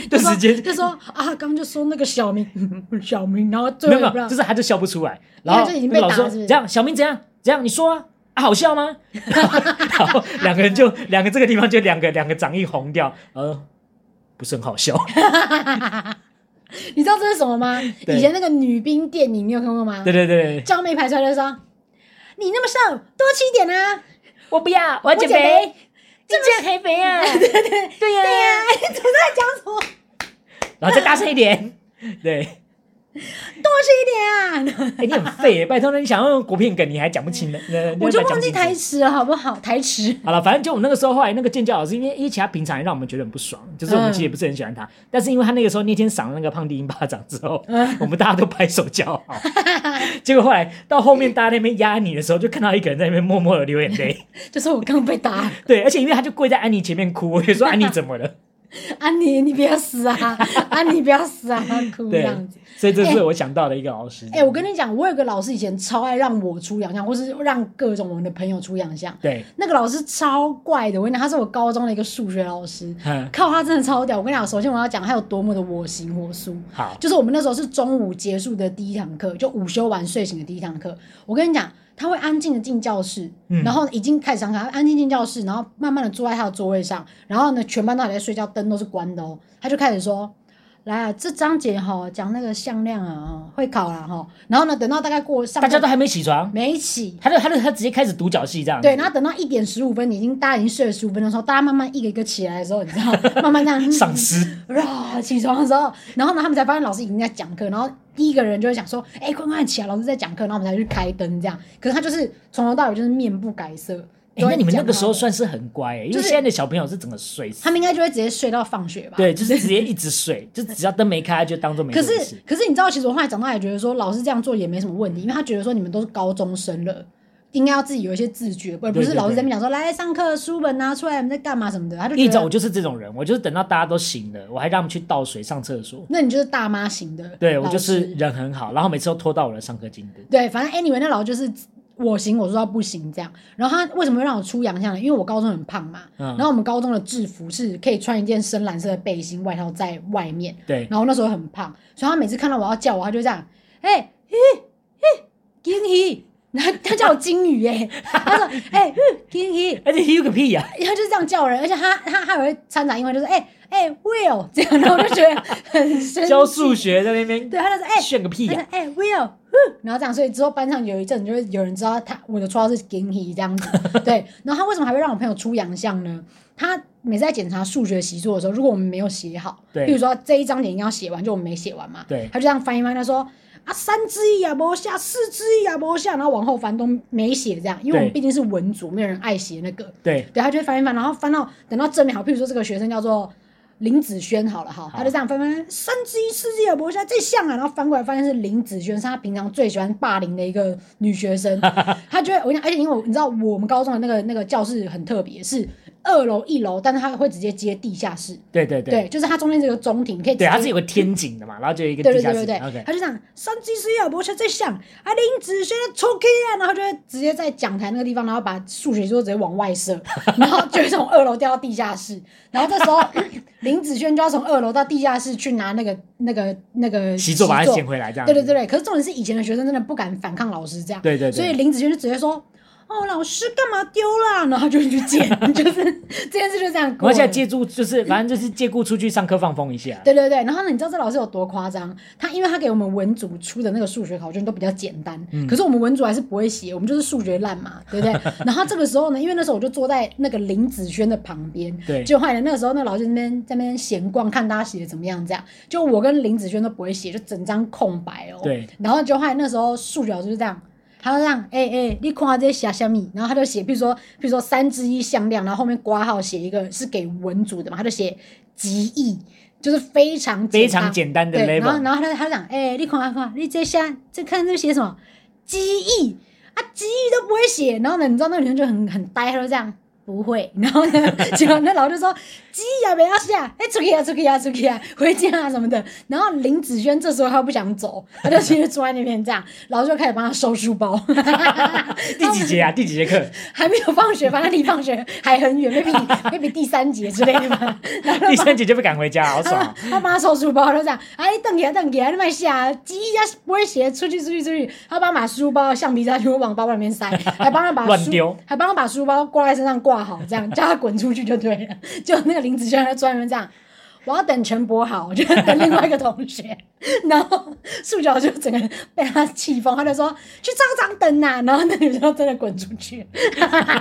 顿
[laughs]
时
[laughs]
间
就说啊，刚刚就说那个小明， [laughs] 小明，然后最
没
后
有
也不知
没有，
道
就是他就笑不出来，
因
然
为
后
他就已经
那
被
个老
打
师说
是不是
这样，小明怎样怎样，你说啊。啊、好笑吗？ [laughs] 然后然后两个人就两个这个地方就两个两个掌印红掉，呃，不是很好笑。
嗯你知道这是什么吗？
对
以前那个女兵电影，你有看过吗
对？对对，
叫妹排出来就说，你那么瘦，多吃一点啊，
我不要，我
我减肥。。
你这样很肥
[laughs]
啊！对对对呀、
对呀、 [laughs] 你怎么在讲什么？
然后再大声一
[laughs]
点。对，
多吃一点啊！
哎、你很废耶，拜托，那你想要用国片梗，你还讲不清呢？
[laughs]
那
我就忘记。
那那讲不
台
清楚
词了，好不好？台词。
好了，反正就我们那个时候，后来那个建教老师，因为因为其他平常也让我们觉得很不爽，就是我们
嗯
其实也不是很喜欢他，但是因为他那个时候那天赏了那个胖丁一巴掌之后，
嗯
我们大家都拍手叫
[laughs]
好。结果后来到后面大家在那边压你的时候，就看到一个人在那边默默的流眼
[laughs]
泪。
就是我刚被打了，
对，而且因为他就跪在安妮前面哭，我就说安妮怎么了？
安妮，你不要死
[laughs]
啊！安妮，不要死啊！ [laughs] 哭这
对
样子。，
所以这是我想到的一个老师。
哎、我跟你讲，我有个老师以前超爱让我出洋相，或是让各种我们的朋友出洋相。
对，
那个老师超怪的，我跟你讲，他是我高中的一个数学老师，
嗯，
靠，他真的超屌。我跟你讲，首先我要讲他有多么的我行我素。
好，
就是我们那时候是中午结束的第一堂课，就午休完睡醒的第一堂课。我跟你讲，他会安静的进教室，
嗯
然后已经开始上课，他安静进教室，然后慢慢的坐在他的座位上，然后呢，全班都还在睡觉，灯都是关的哦。他就开始说：“来啊，这章节哈、讲那个向量啊，哦会考啦哈、然后呢，等到大概过上
大家都还没起床，
没起，
他就他就他直接开始独角戏这样子。
对，然后等到一点十五分，已经大家已经睡了十五分钟的时候，大家慢慢一个一个起来的时候，你知道，慢慢这
[laughs]
样
丧尸，
哇，起床的时候，然后呢，他们才发现老师已经在讲课，然后第一个人就会想说，哎、快快起来，老师在讲课，然后我们才去开灯这样。可是他就是从头到尾就是面不改色。
哎、那你们那个时候，算是很乖、欸，因
就
为
是
现在的小朋友是整个睡死
他。们应该就会直接睡到放学吧？。
对，就
[laughs]
是直接一直睡，就只要灯没开，他就当做没
可
这
是
回事。，
可是你知道，其实我后来长大也觉得说，老师这样做也没什么问题，因为他觉得说你们都是高中生了，应该要自己有一些自觉，而不
对
是
对
老师
对
在那边讲说，来上课书本拿出来，我们在干嘛什么的，他就
因为你
觉
知道，我
得，
就是这种人，我就是等到大家都醒了，我还让他们去倒水、上厕所。
那你就是大妈型的老师。
对我就是人很好，然后每次都拖到我的上课进度。
对，反正 anyway，那老师就是我行我说到不行这样。然后他为什么会让我出洋相呢？因为我高中很胖嘛，
嗯
然后我们高中的制服是可以穿一件深蓝色的背心外套在外面，
对，
然后那时候很胖，所以他每次看到我要叫我，他就这样，哎、欸，嘿，嘿，金鱼，然后 [laughs] 他叫我金鱼哎、 [laughs] 他说哎、欸，金鱼，
而且有个哎
[laughs]
屁呀、
他就是这样叫人，而且他他他还会掺杂英文，就是哎哎、欸 Will 这样，然后我就觉得很生
教
气
数，学在那边
对，他就说哎。欸
炫个屁
他
呀、
说：“哎、w i l l 呼，然后这样，所以之后班上有一阵就会有人知道他我的绰号是 Ginny 这样 [laughs] 子，对。然后他为什么还会让我朋友出洋相呢？他每次在检查数学习作的时候，如果我们没有写好，
对
比如说这一章节一定要写完，就我们没写完嘛，
对
他就这样翻一翻，他说啊，三之一啊，摸下，四之一啊，摸下，然后往后翻都没写这样，因为我们
对
毕竟是文组，没有人爱写那个，
对，
对，他就会翻一翻，然后翻到等到正面好，譬如说这个学生叫做林子轩好了哈，他就这样翻翻三之一四之一有博下这项啊，然后翻过来发现是林子轩，是他平常最喜欢霸凌的一个女学生，他就会我跟你讲，而且因为我你知道我们高中的那个那个教室很特别，是二楼一楼，但是他会直接接地下室，
对对对
对，就是它中间这个中庭你可以直
对，它是
接。
有个天井的嘛，然后就有一个
对
地
对
下
对
室。
对对，
OK，
他就这样三之一四之一有博下这项啊，林子轩出 K 啊，然后就会直接在讲台那个地方，然后把数学桌直接往外射， [laughs] 然后就会从二楼掉到地下室，然后这
[laughs]
时候林子轩就要从二楼到地下室去拿那个那个那个
习作把它捡回来，这样
对
子。
对对对，可是重点是以前的学生真的不敢反抗老师这样，
对对对
所以林子轩就直接说。哦，老师干嘛丢啦？然后他就去捡， [laughs] 就是这件事就这样过
我
了。
现在借助就是，反正就是借故出去上课放风一下。
对对对，然后呢，你知道这老师有多夸张？他因为他给我们文组出的那个数学考卷都比较简单，
嗯
可是我们文组还是不会写，我们就是数学烂
[laughs]
嘛，对不对？然后这个时候呢，因为那时候我就坐在那个林子轩的旁边，
[laughs] 对
就后来那个时候那个老师在那边在那边闲逛，看大家写的怎么样，这样，就我跟林子轩都不会写，就整张空白哦。
对，
然后就后来那时候数学老师就这样。他就这样，哎、欸、哎、欸，你看这写什么？然后他就写，比如说，比如说三之一向量，然后后面挂号写一个是给文组的嘛，他就写极易，就是非常
非常简单的
对，然后
level，
然后他他就讲，哎、你看看，你这下这看这写什么？机翼啊，机翼都不会写。然后呢，你知道那个女生就很很呆，她就这样不会。然后呢，结果那老师就说机翼啊，不要写，哎、出去啊，出去啊，出去啊，回家啊什么的。然后林子轩这时候她不想走，她就直接坐在那边这样，老师就开始帮她收书包。
第几节啊？第几节课？
[laughs] 还没有放学，反正离放学还很远，maybe maybe 第三节之类的吧。然后
第三节就被赶回家，好
他 [laughs]
[laughs] 爽！
啊他帮他收书包，就这样，哎，瞪起来，瞪起来，你买下，鸡呀不会写，出去，出去，出去。他帮他把书包、橡皮擦全部往包包里面
[laughs]
塞，还帮他把
乱
书
丢，
还帮他把书包挂在身上挂好，这样叫他滚出去就对了。就那个林子轩在专门这样。我要等陈柏豪，我就等另外一个同学， [laughs] 然后塑胶就整个被他气疯，他就说去操场等呐、啊然后那女生就真的滚出去， [laughs]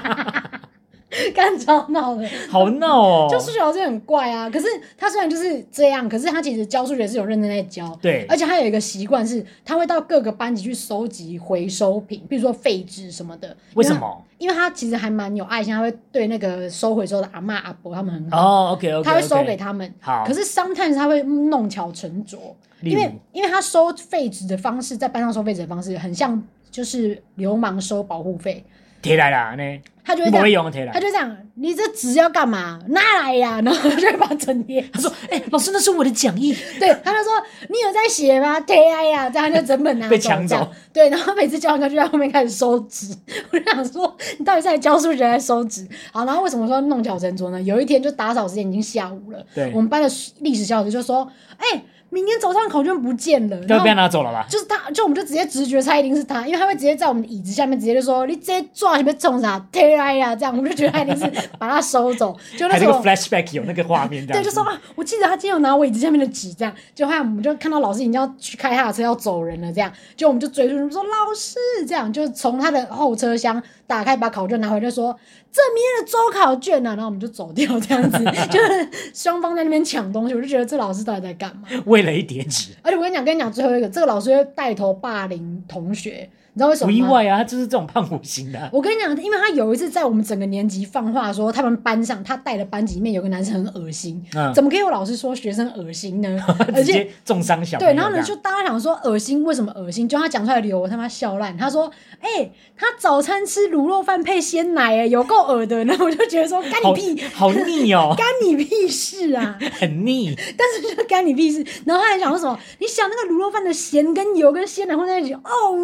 干超闹的。
好闹哦。
就数学老师很怪啊，可是他虽然就是这样，可是他其实教数学是有认真在教。
对
而且他有一个习惯是，他会到各个班级去收集回收品，比如说废纸什么的。
为什
因他？
么？
因为他其实还蛮有爱心，他会对那个收回收的阿嬷阿伯他们很好，
哦，OK OK，
他会收给他们。
好
可是 sometimes 他会弄巧成拙，
例
因为
如
因为他收废纸的方式，在班上收废纸的方式很像就是流氓收保护费，
贴来啦，呢，
他就会这
你不
样
会用贴
他
来。
就这样，你这纸要干嘛？拿来呀、 [laughs] 然后他就会把整页，
他说：“哎，老师，那是我的讲义。 [laughs]
对，他就说你有在写吗？贴啊呀，这样他就整本拿
被抢
这样
走。
对，然后每次教完课就在后面开始收纸， [laughs] 我就想说你到底是来教数学还是收纸？好，然后为什么说弄巧成拙呢？有一天就打扫时间已经下午了，
对
我们班的历史教老师就说，哎、明天早上考卷不见了，”然
要
后
被他拿走了吧？
就是他，就我们就直接直觉猜一定是他，因为他会直接在我们的椅子下面直接就说：“你直接抓你被冲啥，推来呀！”这样我们就觉得他一定是把他收走。 [laughs] 就那
还
时
那个
候，
flashback 有那个画面，这
对，
样
就
子
说啊，我记得他今天有拿我椅子下面的纸，这样。就后来我们就看到老师已经要去开他的车要走人了，这样，就我们就追出去说：“老师！”这样，就从他的后车厢打开把考卷拿回来，就说：“这明天的周考卷啊呢、然后我们就走掉，这样子， [laughs] 就是双方在那边抢东西，我就觉得这老师到底在干嘛？
为了一叠纸，
而且我跟你讲，跟你讲最后一个，这个老师会带头霸凌同学，你知道为什
不
么
意
吗？
外啊，他就是这种胖虎型的啊。
我跟你讲，因为他有一次在我们整个年级放话说，他们班上他带的班级里面有个男生很恶心，[laughs]
嗯？
怎么可以有老师说学生恶心呢而
[laughs] 直
且
接重伤小朋
对，
友这
然后
样。
呢，就大家想说恶心，为什么恶心？就他讲出来理由，我他妈笑烂。他说：“哎、他早餐吃卤肉饭配鲜奶，哎，有够恶的。”然 [laughs] 后我就觉得说，干你屁，
好好腻哦，
[laughs] 干你屁事啊！
很腻。
[laughs] 但是就干你屁事。然后他还想说什么？你想那个卤肉饭的咸跟油跟鲜奶混在一起，哦，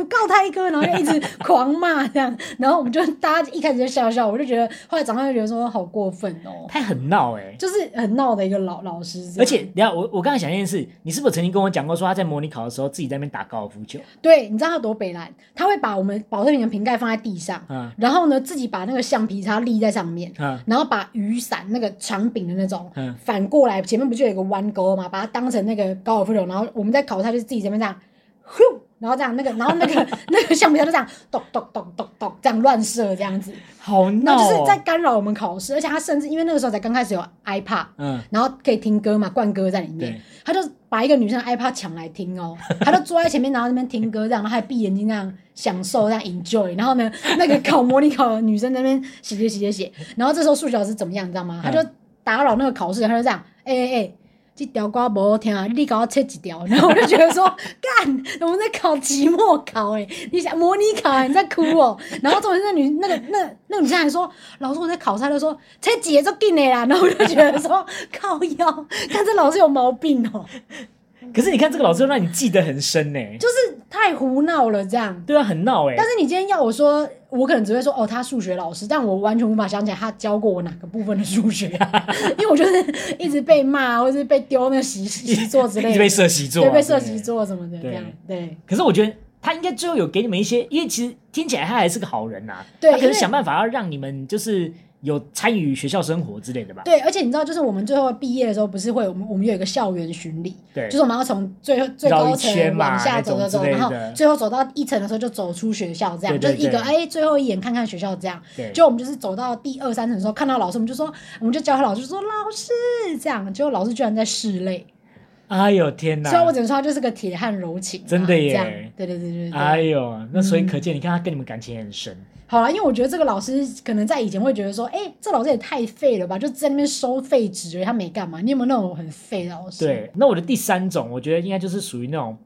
告他一哥，然后就一直狂骂这样。然后我们就大家一开始就笑笑，我就觉得后来长大就觉得说好过分哦，
他很闹哎、
就是很闹的一个老老师这样。
而且，等一下我我刚才想一件事，你是不是曾经跟我讲过，说他在模拟考的时候自己在那边打高尔夫球？
对，你知道他多北蓝？他会把我们保特瓶的瓶盖放在地上，
嗯
然后呢自己把那个橡皮擦立在上面，
嗯
然后把雨伞那个长柄的那种，
嗯
反过来前面不就有一个弯钩嘛，把它当成那个高尔夫球，然后我们在考他就是自己这边这样，呼，然后这样那个，然后那个 [laughs] 那个橡皮擦就这样咚咚咚咚咚这样乱射这样子，
好
那
闹、哦，
就是在干扰我们考试，而且他甚至因为那个时候才刚开始有 iPad，
嗯，
然后可以听歌嘛，灌歌在里面
对，
他就把一个女生的 iPad 抢来听哦，他就坐在前面，然后在那边听歌这样，然后还闭眼睛这样享受这样 enjoy，然后呢，那个考模拟考的女生在那边写写写写写，然后这时候数学老师怎么样，你知道吗？他就打扰那个考试，他就这样，哎哎哎。这条歌不好听啊！你给我切几条，然后我就觉得说，干，我们在考期末考哎、你想模拟考、欸，你在哭哦、然后重点是那女那个那那个女生还说，老师我在考试，她就说切几个就进来啦，然 [laughs] 后我就觉得说，靠腰，看这老师有毛病哦、
可是你看这个老师让你记得很深呢、
就是太胡闹了这样。
对啊，很闹哎、
但是你今天要我说，我可能只会说哦，他数学老师，但我完全无法想起来他教过我哪个部分的数学，啊 [laughs] 因为我就是一直被骂，或者是被丢那习习作之类
[laughs]
的，
一直被射习作、啊，
对，被射
对
习作什么的这样，对
可是我觉得他应该最后有给你们一些，因为其实听起来他还是个好人呐、
对
他可
因
能
为
想办法要让你们就是有参与学校生活之类的吧。
对，而且你知道，就是我们最后毕业的时候，不是会我们我们有一个校园巡礼，
对
就是我们要从最后最
绕一
高
圈
层
嘛
往下走
那
走走，
种之类
然后
的
最后走到一层的时候就走出学校，这样
对对
就是一个
对
哎最后一眼看看学校这样。
对
就我们就是走到第二三层的时候，看到老师，我们就说我们就叫他老师就说老师这样，结果老师居然在室内。
哎呦天哪！
所以我只能说他就是个铁汉柔情啊、
真的耶
这样对对对对对。
哎呦，那
嗯
所以可见，你看他跟你们感情也很深，
好了，因为我觉得这个老师可能在以前会觉得说，哎、这老师也太废了吧，就在那边收废纸而已，他没干嘛。你有没有那种很废的老师？，
对。那我的第三种，我觉得应该就是属于那种，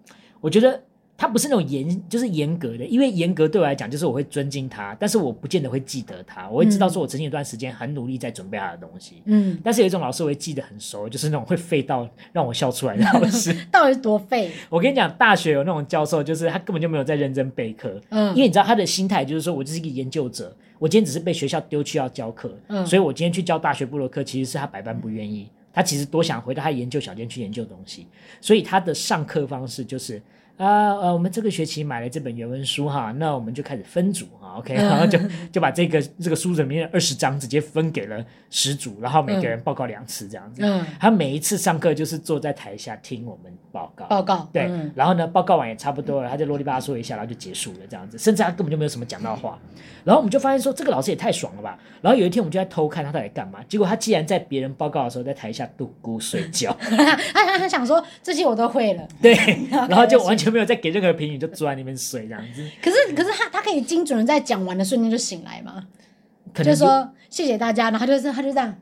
我觉得他不是那种严，就是严格的，因为严格对我来讲，就是我会尊敬他，但是我不见得会记得他，我会知道说我曾经有段时间很努力在准备他的东西。
嗯，
但是有一种老师我会记得很熟，就是那种会废到让我笑出来的老师。 [laughs]
到底是多废？
我跟你讲，大学有那种教授，就是他根本就没有在认真备课，
嗯
因为你知道他的心态就是说我就是一个研究者，我今天只是被学校丢去要教课，
嗯
所以我今天去教大学部落课，其实是他百般不愿意，他其实多想回到他研究小间去研究东西，所以他的上课方式就是。啊呃，我们这个学期买了这本原文书哈，那我们就开始分组哈，OK，然后就就把这个这个书里面二十章直接分给了十组，然后每个人报告两次这样子。
嗯，
他每一次上课就是坐在台下听我们报告，
报告。
对，
嗯
然后呢，报告完也差不多了，他就啰里吧嗦一下，然后就结束了这样子，甚至他根本就没有什么讲到话。然后我们就发现说，这个老师也太爽了吧！然后有一天我们就在偷看他到底干嘛，结果他竟然在别人报告的时候在台下度咕睡觉， [laughs]
他他他想说这些我都会了， [laughs]
对，然后就完全没有再给任何评语，就坐在那边睡这样子。
可是可是他他可以精准的在讲完的瞬间就醒来嘛，
可
就
能
是说谢谢大家，然后他就是他就这样，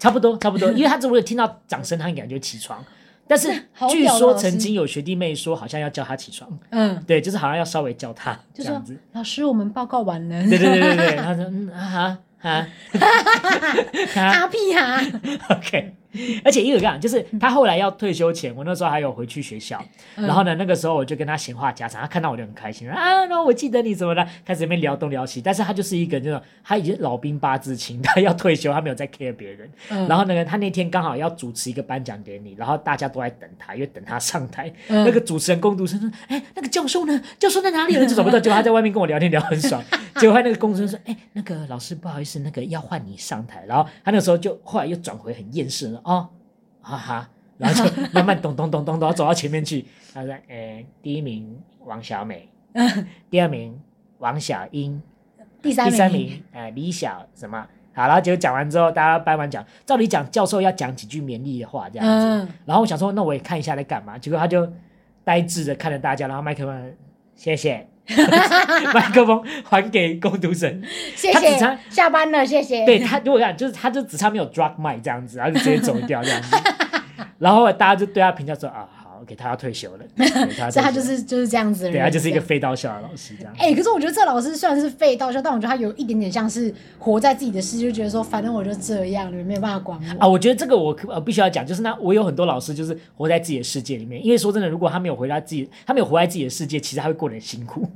差不多，差不多，因为他如果有听到掌声，他感觉起床。但是
好
据
屌的
说
老师
曾经有学弟妹说，好像要叫他起床，
嗯，
对，就是好像要稍微叫他
就
这
说
样子。
老师我们报告完了，
对对啊对对对，他说嗯啊
[laughs]
哈啊 [laughs] 哈
哈啊屁哈，
OK，而且也有这样，就是他后来要退休前，我那时候还有回去学校，
嗯
[laughs] 然后呢，那个时候我就跟他闲话家常，他看到我就很开心啊，然后我记得你怎么了，开始在那边聊东聊西，但是他就是一个那种他已经老兵八字轻，他要退休，他没有在 care 别人。
嗯
然后呢，他那天刚好要主持一个颁奖典礼，然后大家都在等他，因为等他上台，
嗯
那个主持人攻读生说：“哎、那个教授呢？教授在哪里了？”这种不知道，结果他在外面跟我聊天聊很
[laughs]
爽。结果他那个攻读生说：“哎、那个老师不好意思，那个要换你上台。”然后他那时候就后来又转回很厌世了哦，哈哈，然后就慢慢咚咚咚咚咚走到前面去。他说：“哎、第一名王小美，第二名王小英，
嗯第三
第
名，
三名，哎，李小什么？好，然后结果讲完之后，大家颁完奖，照理讲教授要讲几句勉励的话这样子。
嗯，
然后我想说，那我也看一下在干嘛。结果他就呆滞的看着大家，然后麦克风，
[laughs]
谢谢，麦克风还给工读生。
谢
他
谢
只差，
下班了，谢谢，
对他，如果讲就是他就只差没有 drop mic 这样子，然后就直接走掉这样
[laughs]
子。然后大家就对他评价说啊，好，OK，他要退
[laughs]
休了，对他要退
所以他
休
就
了
是就是这样子的人，
对他啊就是一
这
个
样。
废到笑的老师这样子。
哎、可是我觉得这老师虽然是废到笑，但我觉得他有一点点像是活在自己的世界，就觉得说反正我就这样，你们没有办法管我。
啊，我觉得这个我可呃必须要讲，就是那我有很多老师就是活在自己的世界里面，因为说真的，如果他没有回到自己，他没有活在自己的世界，其实他会过得很辛苦。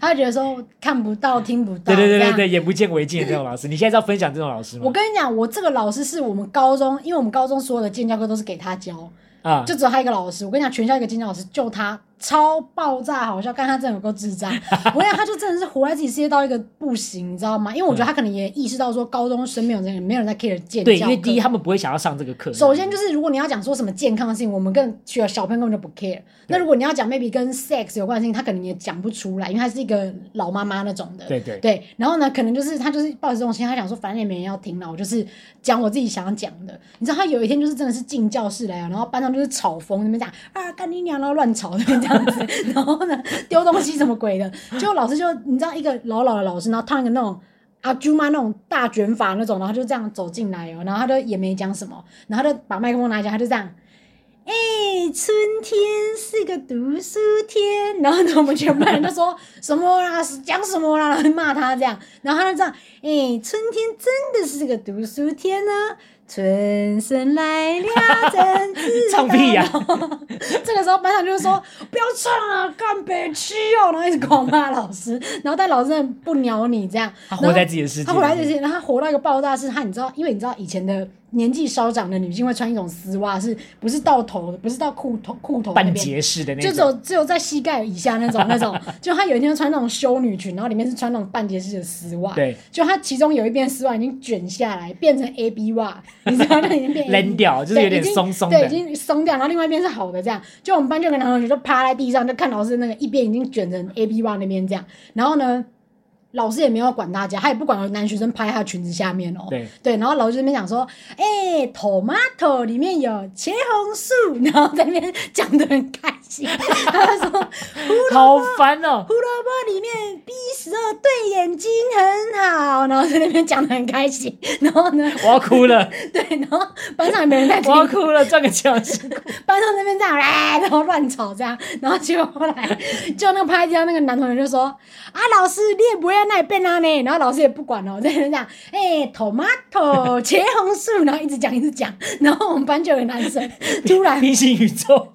他就觉得说看不到、听不到。
对对对
这
对
样
对，眼不见为净的这
[laughs]
种老师，你现在是要分享这种老师
我
吗？
跟你讲，我这个老师是我们高中，因为我们高中所有的建教课都是给他教，
啊，
就只有他一个老师。我跟你讲，全校一个建教老师，就他超爆炸好笑，看他真的有够智障。我跟你讲，他就真的是活在自己世界到一个不行，你知道吗？因为我觉得他可能也意识到说，高中生没有人没有人在 care 建教
对，
课。
因为第一他们不会想要上这个课，
首先就是，如果你要讲说什么健康性，我们更学小朋友根本就不 care。那如果你要讲 maybe 跟 sex 有关的事情，他可能也讲不出来，因为他是一个老妈妈那种的。
对对
对，然后呢，可能就是他就是抱着这种心，他想说反正也没人要听了，我就是讲我自己想要讲的。你知道他有一天就是真的是进教室来啊，然后班上就是吵疯，那边讲啊干你娘，然后乱吵那边这样子， [laughs] 然后呢丢东西什么鬼的，结果老师就你知道一个老老的老师，然后烫一个那种。阿舅妈那种大卷发那种，然后就这样走进来哦，然后他就也没讲什么，然后他就把麦克风拿起来，他就这样，哎、春天是个读书天，然后呢，我们全班人都说什么啦，讲什么啦，然后就骂他这样，然后他就这样，哎、春天真的是个读书天呢、春生来了，真知
唱屁呀
道 [laughs] 这个时候班长就是说不要唱啊，干北区哦，然后一直狂骂老师，然后但老师真的不鸟你这样，
他
然
活
后
在自己的世界，
他活来这些，然后他活到一个爆炸是，他你知道，因为你知道以前的年纪稍长的女性会穿一种丝袜，是不是到头的，不是到裤头裤头那
半
边
截式的那
就
种，
只有只有在膝盖以下那种那
[laughs]
种，就他有一天穿那种修女裙，然后里面是穿那种半截式的丝袜，
对，
就他其中有一边丝袜已经卷下来变成 A B 袜，你知道，就已经变
[laughs] 扔
AB
掉，就是
对
有点
已经
松松
对，
的
已。经松掉，然后另外一边是好的，这样。就我们班就有个男同学就趴在地上，就看老师那个一边已经卷成 A B 袜那边这样，然后呢，老师也没有管大家，他也不管有男学生拍他裙子下面哦。
对
然后老师这边讲说，哎、t o m a t o 里面有茄红素， [laughs] 然后在那边讲的很开心， [laughs] 他就说胡萝
好烦哦、
胡萝卜里面 B 十二对眼睛很好，然后在那边讲的很开心，然后呢，
我要
[laughs]
哭了，
对，然后班上也没人在听
我，要哭了，赚个钱好
[laughs]
辛苦。
班上那边这样，哎， [laughs] 然后乱吵这样，然后结果后来就那个拍照那个男同学就说：“啊，老师你也不会那里变啊呢？”然后老师也不管哦，在那边讲：“哎、t o m a t o 茄红素。”然后一直讲一直讲，然后我们班就有个男生 [laughs] 突然，
平行
[laughs]
宇宙，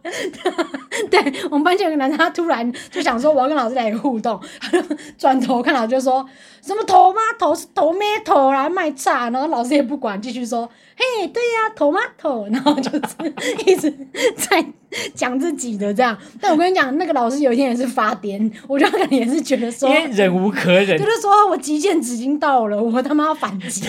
对我们班就有个男生，他突然就想说我要跟老师来一个互动，他就转头看老师就说：“什么 tomato 是 tomato 啦，卖炸。”然后老师也不管，继续说：“嘿，对呀、t o m a t o 然后就是一直在讲自己的这样。但我跟你讲，那个老师有一天也是发癫，我觉得他可能也是觉得说
因。为忍无可忍
就，是说我极限值已经到了，我他妈要反击。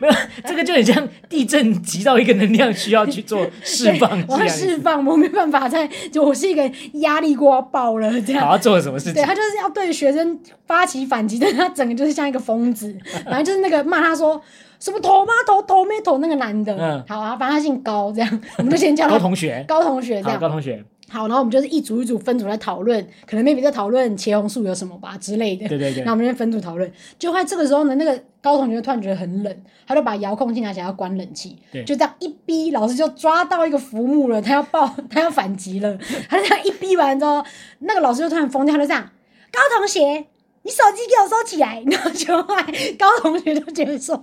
没有这个就很像地震集到一个能量需要去做释放啊
对我要
这样子。
释放，我没办法再，就我是一个压力锅爆了这样
好，。要做了什么事
对
情？
他就是要对学生发起反击，但是他整个就是像一个疯
[laughs]
子，然后就是那个骂他说什么头吗头头没头那个男的，
嗯
好啊，反正他姓高这样，我们就先叫他
高同学，
高同学这
好，
样
高同学，
好，然后我们就是一组一组分组来讨论，可能 maybe 在讨论茄红素有什么吧之类的。
对对对
然后我们就分组讨论，就快这个时候呢，那个高同学突然觉得很冷，他就把遥控器拿起来要关冷气，
对
就这样一逼，老师就抓到一个浮木了，他要爆， [laughs] 他要反击了，他就这样一逼完之后，那个老师就突然疯掉，他就这样，高同学。你手机给我收起来， [laughs] 然后就后来高同学就觉得说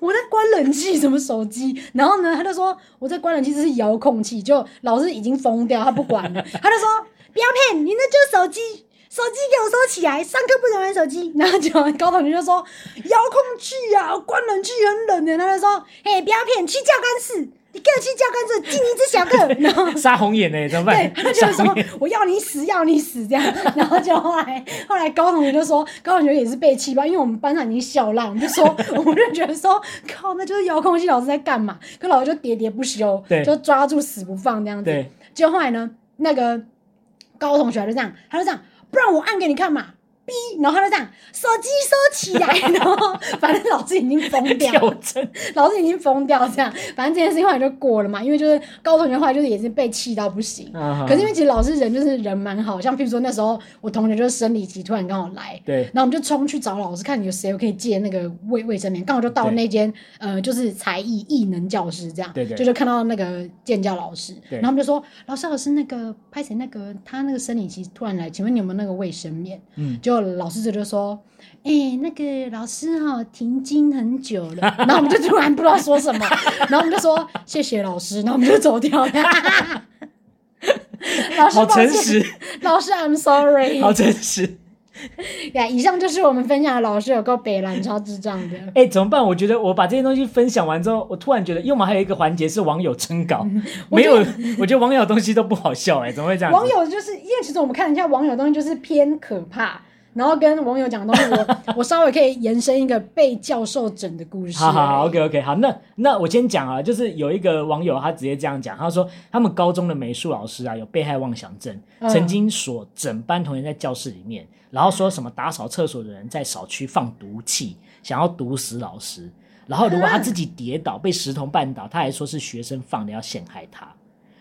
我在关冷气，什么手机？然后呢，他就说我在关冷气，这是遥控器。就老师已经疯掉，他不管了，他就说不要骗你，那就是手机。手机给我收起来，上课不能玩手机。然后就高同学就说：“遥控器啊，关冷气很冷的。”他就说：“嘿，不要骗，去教官室，你给我去教官室，进一只小课。”然后
杀红眼呢？怎么
对，
办
他？就
杀
是
红
说
眼，
我要你死，要你死这样。然后就后来后来高同学就说，高同学也是被气吧，因为我们班上已经笑烂，我们就说我们就觉得说，靠，那就是遥控器老师在干嘛？可老师就喋喋不休，
对
就抓住死不放这样子
对。
结果后来呢，那个高同学就这样，他就这样，不然我按给你看嘛。逼，然后他就这样，手机收起来， [laughs] 然后反正老师已经疯掉
[laughs]
了
跳，针，
老师已经疯掉这样，反正这件事情后来就过了嘛，因为就是高同学后来就是也是被气到不行。
啊
可是因为其实老师人就是人蛮好，像譬如说那时候我同学就是生理期突然刚好来，
对
然后我们就冲去找老师看有谁可以借那个卫卫生棉，刚好就到那间呃就是才艺艺能教室这样，
对对
就就看到那个建教老师，
对
然后我们就说老师老师那个拍谁那个他那个生理期突然来，请问你有没有那个卫生棉？
嗯，
就老师这就说。哎、那个老师哈、停经很久了，然后我们就突然不知道说什么，然后我们就说谢谢老师，然后我们就走掉了。 [laughs] 老师，
好
抱
诚
歉
实，
老师，I'm sorry。
好诚实。
呀，啊以上就是我们分享的老师有够北蓝超智障的。
[laughs] 哎、怎么办？我觉得我把这些东西分享完之后，我突然觉得，因为我们还有一个环节是网友征稿，没有，嗯我觉得网友的东西都不好笑、哎，怎么会这样子？
网友就是因为其实我们看了一下网友的东西就是偏可怕，然后跟网友讲的东西我，
[laughs]
我稍微可以延伸一个被教授整的故事。
好好好，OK OK，好，那那我先讲啊，就是有一个网友他直接这样讲，他说他们高中的美术老师啊有被害妄想症，
嗯
曾经锁整班同学在教室里面，然后说什么打扫厕所的人在扫区放毒气，想要毒死老师，然后如果他自己跌倒被石头绊倒，他还说是学生放的要陷害
嗯
他。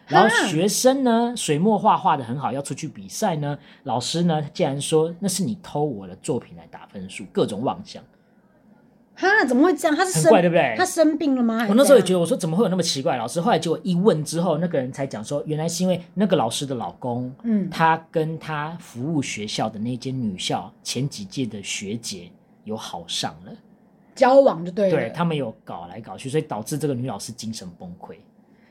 然后
啊
学生呢，水墨画画的很好，要出去比赛呢，老师呢竟然说那是你偷我的作品来打分数，各种妄想。
哈，怎么会这样？他是
很
生
怪对不对
他生病了吗？
我那时候也觉
得，
得，我说怎么会有那么奇怪的老师？后来结果一问之后，那个人才讲说，原来是因为那个老师的老公，
嗯，
他跟他服务学校的那间女校前几届的学姐有好上了，
交往就对了。
对他们有搞来搞去，所以导致这个女老师精神崩溃，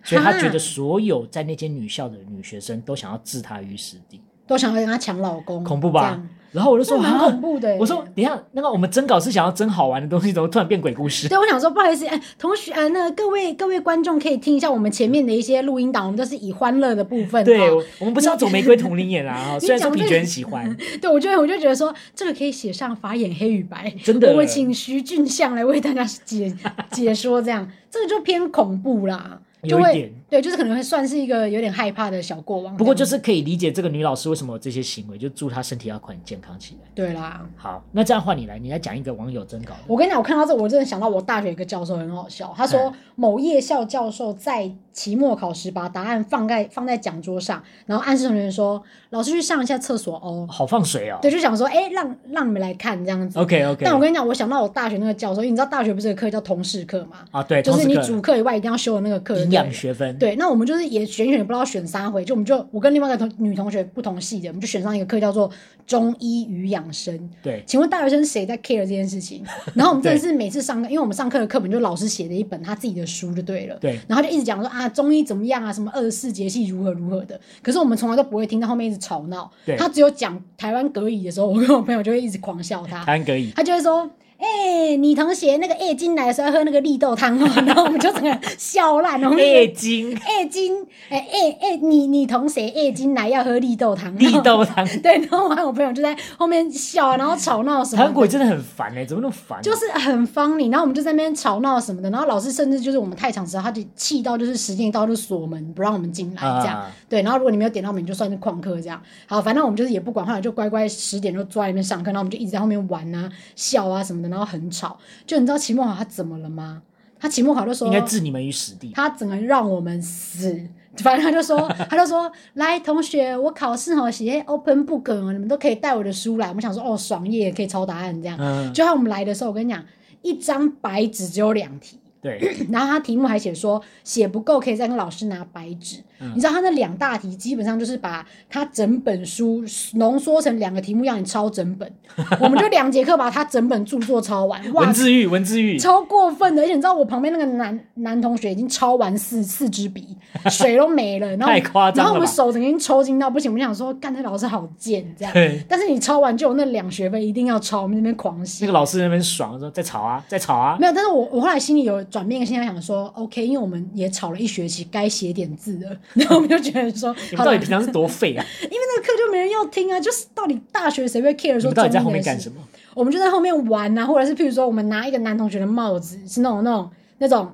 所以他觉
哈
得所有在那间女校的女学生都想要置她于死地，
都想要跟他抢老公，
恐怖
这
吧
样？
然后我就说
这蛮
啊
恐怖欸的耶。
我说等一下，那个我们征稿是想要征好玩的东西，怎么突然变鬼故事？
对，我想说，不好意思，哎，同学，呃，那个各位各位观众可以听一下我们前面的一些录音档，我们都是以欢乐的部分。
对，
哦
我我们不是要走玫瑰同林眼
[laughs]
啊，哦虽然
讲
说
这
比
个
娟喜欢。
对，我就我就觉得说，这个可以写上法眼黑与白，
[laughs] 真的
我请徐俊相来为大家解解说，这样这个就偏恐怖啦。就
有一
会
点。
对，就是可能会算是一个有点害怕的小过往。
不过
这样
就是可以理解这个女老师为什么有这些行为，就祝她身体要快点健康起来。
对啦。
好，那这样换你来，你来讲一个网友征稿的。
我跟你讲，我看到这，我真的想到我大学一个教授很好笑。他说
嗯，
某夜校教授在期末考时把答案放在放在讲桌上，然后暗示同学说：“老师去上一下厕所哦。
好放水哦。
对，就想说，哎、让让你们来看这样子。
OK OK。
但我跟你讲，我想到我大学那个教授，因为你知道大学不是有课叫通识课嘛，
啊，对，
就
同
是
时
你
个
主课以外一定要修的那个课。
营
对
养学分，，
对，那我们就是也选一选，也不知道选三回，就我们就我跟另外一个同女同学不同系的，我们就选上一个课叫做中医与养生。
对
请问大学生谁在 care 这件事情？然后我们真的
对
是每次上课，因为我们上课的课本就老师写的一本他自己的书就对了。
对
然后就一直讲说啊，中医怎么样啊，什么二十四节气如何如何的。可是我们从来都不会听到后面一直吵闹
对。
他只有讲台湾隔椅的时候，我跟我朋友就会一直狂笑他。[laughs]
安格以。
他就会说：“哎、你同学那个叶金来的时候喝那个绿豆汤
[laughs]
哦。”然后我们就整个人笑烂， [laughs] 然后我们就
液晶
叶金，哎哎哎，你你同谁叶金来要喝绿豆汤？
绿豆汤，
[laughs] 对，然后我还有朋友就在后面笑啊，然后吵闹什
韩
么
国
的，
真的很烦哎、怎么那么烦啊、
就是很方你。然后我们就在那边吵闹什么的，然后老师甚至就是我们太常迟到，他就气到就是时间一到就锁门不让我们进来这样。
啊
对，然后如果你没有点到名，就算是旷课这样。好，反正我们就是也不管，后来就乖乖十点就坐在那边上课，然后我们就一直在后面玩啊、笑啊什么的，然后很吵。就你知道期末考他怎么了吗？他期末考就说
应该置你们于死地。
他整个让我们死。反正他就
[laughs]
说，他就说，来同学，我考试哦写 open book，哦你们都可以带我的书来。我们想说，哦，爽耶，可以抄答案这样。
嗯，
就在我们来的时候，我跟你讲，一张白纸只有两题，
对，
然后他题目还写说写不够可以再跟老师拿白纸。
嗯
你知道他那两大题基本上就是把他整本书浓缩成两个题目让你抄整本，我们就两节课把他整本著作抄完。哇
文，字狱，文字狱，
超过分的！而且你知道我旁边那个男男同学已经抄完四四支笔，水都没了，然后
太夸张了吧
然后我们手整个已经抽筋到不行，我们想说，干这老师好贱这样。
对，
但是你抄完就有那两学分一定要抄，我们那边狂
那
写
个。老师在那边爽说在吵啊，在吵啊，
[laughs] 没有，但是我我后来心里有转变一个心态，想说 OK，因为我们也吵了一学期，该写点字了。 [laughs] 然后我们就觉得 [laughs] 说，
你
好了，
们到
因
底
为
平常是多废啊？
那个课就没人要听啊，就是到底大学谁会 care
你
说
们到底在后
中医
面
的
干
事
什么？
我们就在后面玩啊，或者是譬如说，我们拿一个男同学的帽子，是那种那种那种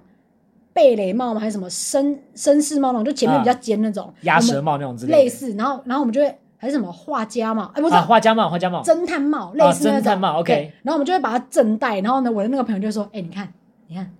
贝雷帽吗？还是什么绅绅士帽那种？就前面比较尖那种，
鸭
我
舌
们
帽那种之类
类
的。
似。然后然后我们就会还是什么画家帽，哎、不是、
啊，画家帽，画家帽，
侦探帽，类似那种、
啊侦探帽，OK
对然后我们就会把它正戴，然后呢，我的那个朋友就说：“哎、你看，你看，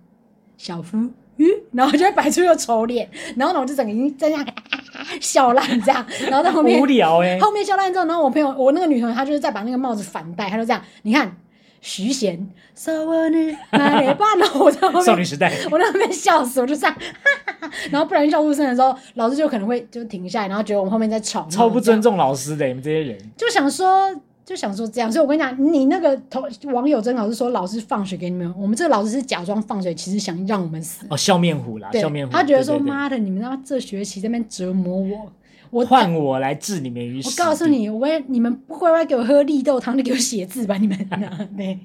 小夫。”嗯，然后就会摆出一个丑脸，然后呢，我就整个已经在那 [laughs] 笑烂这样，然后在后面
无聊哎、
后面笑烂之后，然后我朋友，我那个女同学，她就是再把那个帽子反戴，她就这样，你看徐贤，所我女买了半然后我在后
少 [laughs] 女
面，嗯
时代，
我在后面笑死，我就这样， [laughs] 哈哈哈然后不然笑出声的时候，老师就可能会就停下来，然后觉得我们后面在吵，
超不尊，重老师的、你们这些人。
就想说。就想说这样，所以我跟你讲，你那个同网友真老是说老师放水给你们，我们这个老师是假装放水，其实想让我们死。
哦，笑面虎啦，
对
笑面，虎。
他觉得
对
说
对对
妈的，你们他妈这学期在那边折磨我，我
换我来置你们于死
我
地。
告诉你，我也你们不乖乖给我喝绿豆汤，就给我写字吧，你们、 [laughs] 对。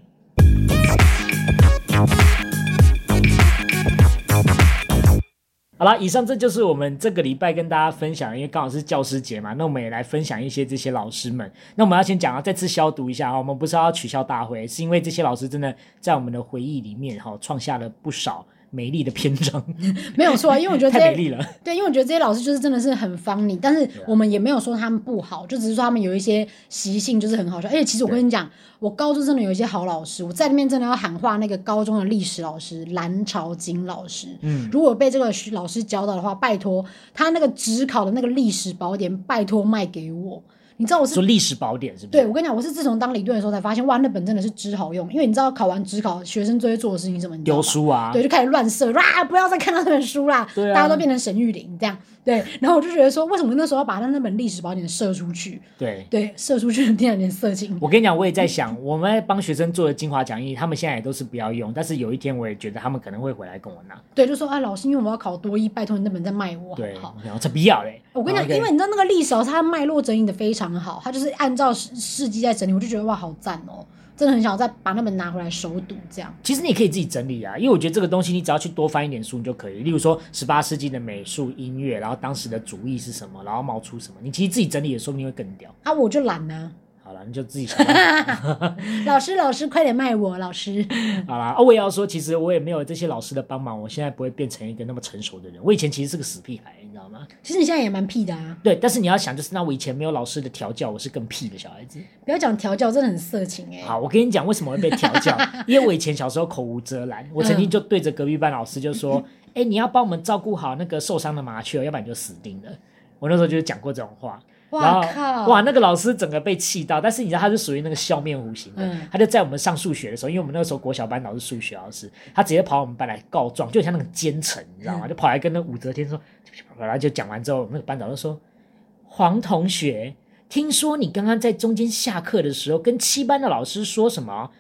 好啦，以上这就是我们这个礼拜跟大家分享的，因为刚好是教师节嘛，那我们也来分享一些这些老师们。那我们要先讲啊，再次消毒一下啊，我们不是要取消大会，是因为这些老师真的在我们的回忆里面哈、创下了不少美丽的篇章，
没有错，因为我觉得这
太
些
美丽了。
对，因为我觉得这些老师就是真的是很方你，但
啊
是我们也没有说他们不好，就只是说他们有一些习性就是很好笑。而且其实我跟你讲，我高中真的有一些好老师，我在里面真的要喊话那个高中的历史老师蓝朝金老师。
嗯，
如果被这个学老师教到的话，拜托他那个只考的那个历史宝典，拜托卖给我。你知道我是
说历史宝典是不是？
对，我跟你讲，我是自从当理论的时候才发现，哇，那本真的是只好用，因为你知道考完只考，学生最会做的事情是什么？你知道
丢
吧。
书啊，
对，就开始乱射，啊，不要再看到那本书啦，
对啊
大家都变成沈玉玲这样，对。然后我就觉得说，为什么那时候要把他那本历史宝典射出去？
对
对，射出去听起来有点色
[laughs]
情。
我跟你讲，我也在想，我们在帮学生做的精华讲义，他们现在也都是不要用，但是有一天我也觉得他们可能会回来跟我拿。
对，就说啊，老师，因为我要考多一，拜托你那本再卖我好
对
不好？，
然后这不要嘞。
我跟你
然
讲，
后一个
因为你知道那个历史老师他脉络整理的非常好，他就是按照事事迹在整理，我就觉得哇，好赞哦，真的很想再把那本拿回来熟读这样。
其实你也可以自己整理啊，因为我觉得这个东西你只要去多翻一点书你就可以。例如说十八世纪的美术、音乐，然后当时的主义是什么，然后冒出什么，你其实自己整理也说不定会更屌
啊，我就懒啊。
好了，你就自己想办 [laughs] 法。
老师，老师，快点卖我，老师。 [laughs]
好啦，啊我也要说，其实我也没有这些老师的帮忙，我现在不会变成一个那么成熟的人。我以前其实是个死屁孩，你知道吗？
其实你现在也蛮屁的啊，
对，但是你要想，就是那我以前没有老师的调教，我是更屁的小孩子。
不要讲调教，真的很色情哎、
好，我跟你讲为什么会被调教，因为我以前小时候口无遮拦，我曾经就对着隔壁班老师就说：“哎、你要帮我们照顾好那个受伤的麻雀，要不然你就死定了。”我那时候就是讲过这种话。然
哇靠！
后哇，那个老师整个被气到，但是你知道他是属于那个笑面虎型的，
嗯
他就在我们上数学的时候，因为我们那个时候国小班老师数学老师，他直接跑我们班来告状，就很像那个奸臣，你知道吗？
嗯
就跑来跟那武则天说，然后就讲完之后，那个班长就说：“黄同学，听说你刚刚在中间下课的时候跟七班的老师说什么？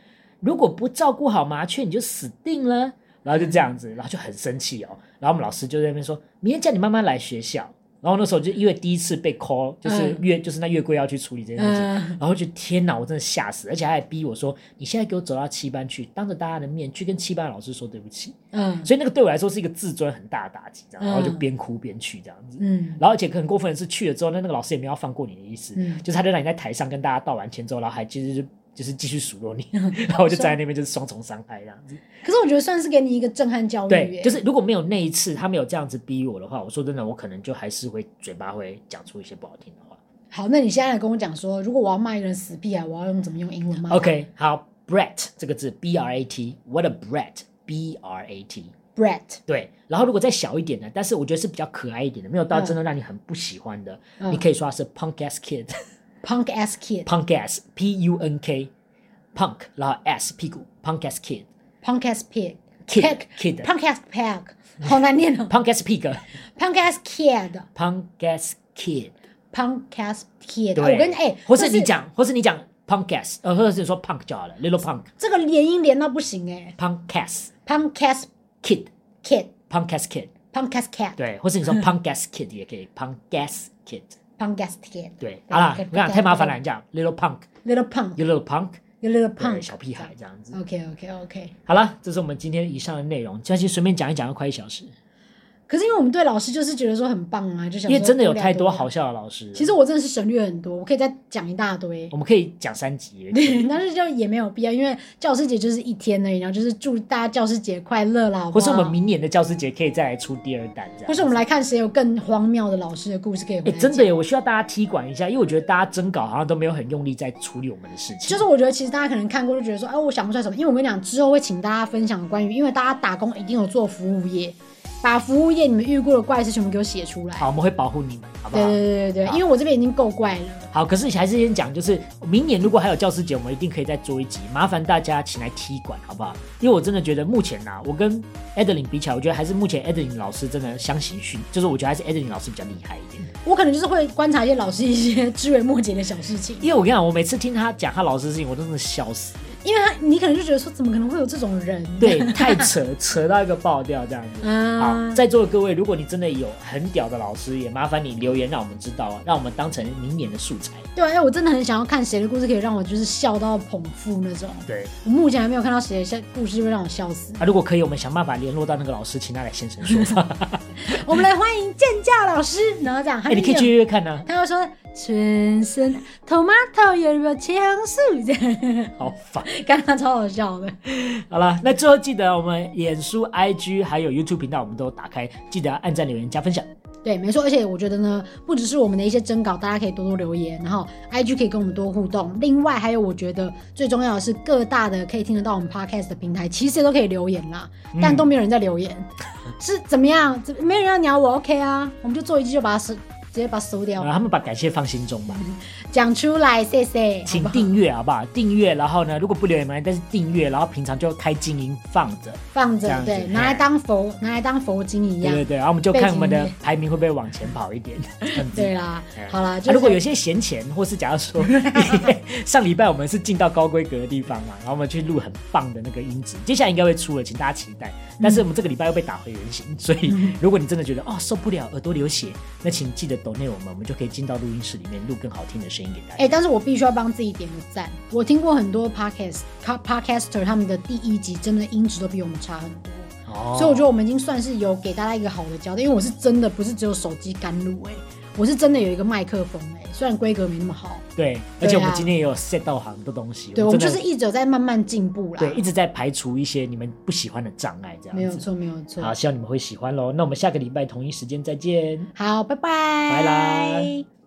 如果不照顾好麻雀，你就死定了。”然后就这样子，然后就很生气哦。然后我们老师就在那边说：“明天叫你妈妈来学校。”然后那时候就因为第一次被 call，就是
嗯
月、就是那月桂要去处理这件事情， [laughs]
嗯，
然后就天哪，我真的吓死，而且他还逼我说：“你现在给我走到七班去，当着大家的面去跟七班的老师说对不起。”
嗯
所以那个对我来说是一个自尊很大的打击，这样，
嗯
然后就边哭边去这样子。
嗯
然后而且很过分的是，去了之后，那那个老师也没有要放过你的意思，
嗯
就是他就让你在台上跟大家道完歉之后，然后还其实就就是继续数落你，
嗯
[laughs] 然后我就站在那边就是双重伤害这样子。
可是我觉得算是给你一个震撼教育、欸，
对，就是如果没有那一次，他没有这样子逼我的话，我说真的，我可能就还是会嘴巴会讲出一些不好听的话。
好。那你现在来跟我讲说，如果我要骂一个人死屁啊，我要用怎么用英文骂
OK，好，brat 这个字，b r a t，what a brat，b r a t。
？Brett，
对，然后如果再小一点的，但是我觉得是比较可爱一点的，没有到
嗯
真的让你很不喜欢的，
嗯
你可以说它是 punk ass [laughs]
punk
kid，punk
ass kid，punk
ass p u n k punk，然后 s 屁股 punk ass kid
ass pig，punk
kid
Pig
kid
ass pig，好难念
[laughs]
哦。
punk ass pig
punk ass kid，punk
punk ass kid，
ass kid，
对，
我跟哎，
或
这
是
是
你讲，或是你讲 punk ass，呃，或者是说 punk 就好了，little punk
这个连音连到不行哎
punk ass
，punk ass
kid
kid，punk
punk ass kid，
ass cat，punk
对，或是你说 punk ass kid 也可以 punk ass kid，
ass kid，
对，好啦，
可以
我讲太麻烦了，你讲 little punk，you
，little punk，you
little punk，
little
对
punk，
小屁孩。这样子。
OK OK OK，
好了，这是我们今天以上的内容，相信随便讲一讲要快一小时，
可是因为我们对老师就是觉得说很棒啊，就想
因为真的有太
多
多好笑的老师了。
其实我真的是省略很多，我可以再讲一大堆
我。们可以讲三集，
[laughs] 但是就也没有必要，因为教师节就是一天而已，然后就是祝大家教师节快乐啦，好不
或
好
是我们明年的教师节可以再来出第二弹，这样。
或是我们来看谁有更荒谬的老师的故事可以回
哎、
来
真
讲
的耶！我需要大家踢馆一下，因为我觉得大家征稿好像都没有很用力在处理我们的事情。
就是我觉得其实大家可能看过就觉得说，哎、我想不出来什么，因为我跟你讲之后会请大家分享关于，因为大家打工一定有做服务业，把服务业你们遇过的怪事全部给我写出来。
好，我们会保护你们，好不
对
好？
对对对对，
好
因为我这边已经够怪了。
好，可是还是先讲，就是明年如果还有教师节，我们一定可以再做一集，麻烦大家请来踢馆，好不好？因为我真的觉得目前呐、啊我跟 Adeline 比起来，我觉得还是目前 Adeline 老师真的相形逊，就是我觉得还是 Adeline 老师比较厉害一点。
我可能就是会观察一些老师一些 [laughs] 枝微末节的小事情，
因为我跟你讲，我每次听他讲他老师的事情，我都真的笑死。
因为他你可能就觉得说，怎么可能会有这种人？
对，太扯，扯到一个爆掉这样子。好，
啊，
在座的各位，如果你真的有很屌的老师，也麻烦你留言让我们知道，啊让我们当成明年的素材。
对啊，因为我真的很想要看谁的故事可以让我就是笑到捧腹那种。
对，
我目前还没有看到谁的笑故事会让我笑
[laughs]
死。
啊，如果可以，我们想办法联络到那个老师，请他来现身
[laughs]
说
哎
法。
我们来欢迎健教老师，然后这样，
哎、
还
你可以
有
去约约看呢、啊。
他会说春生 tomato 有没有枪术这样， [laughs]
好烦。
刚刚超好笑的。
好了，那最后记得我们脸书、IG 还有 YouTube 频道，我们都打开，记得要按赞、留言、加分享。
对，没错，而且我觉得呢，不只是我们的一些征稿，大家可以多多留言，然后 IG 可以跟我们多互动。另外，还有我觉得最重要的是，各大的可以听得到我们 Podcast 的平台，其实都可以留言啦，
嗯
但都没有人在留
[laughs]
言，是怎么样？怎没有人要鸟我？OK 啊，我们就做一句就把它收，直接把它收掉，
啊然后他们把感谢放心中
嗯
吧，
讲出来，谢谢。
请
好不好
订阅好不好？订阅，然后呢，如果不留言没关系，但是订阅，然后平常就开静音放着，
放
这
着
样，子
对，拿来当佛，拿来当佛经一
对
样。
对对，然后我们就看我们
背景
的
音
排名会不会往前跑一点。这样子
对啦，好啦，就是
啊、如果有些闲钱，或是假如 [laughs] 说上礼拜我们是进到高规格的地方嘛，然后我们去录很棒的那个音质，接下来应该会出了，请大家期待。但是我们这个礼拜又被打回原形，所以如果你真的觉得哦受不了，耳朵流血，那请记得 donate 我们，我们就可以进到录音室里面录更好听的声音给大
哎、
家。
但是我必须要帮自己点个赞。我听过很多 podcast co- podcaster 他们的第一集真的音质都比我们差很多，
哦
所以我觉得我们已经算是有给大家一个好的交代，因为我是真的不是只有手机甘露哎、我是真的有一个麦克风哎、虽然规格没那么好，
对，而且我们
啊
今天也有 set 到很多东西，
对我
真
们
的
就是一直有在慢慢进步啦。
对一直在排除一些你们不喜欢的障碍，这样子。
没有错，没有错。
好，希望你们会喜欢喽。那我们下个礼拜同一时间再见。
好，拜拜，
拜啦。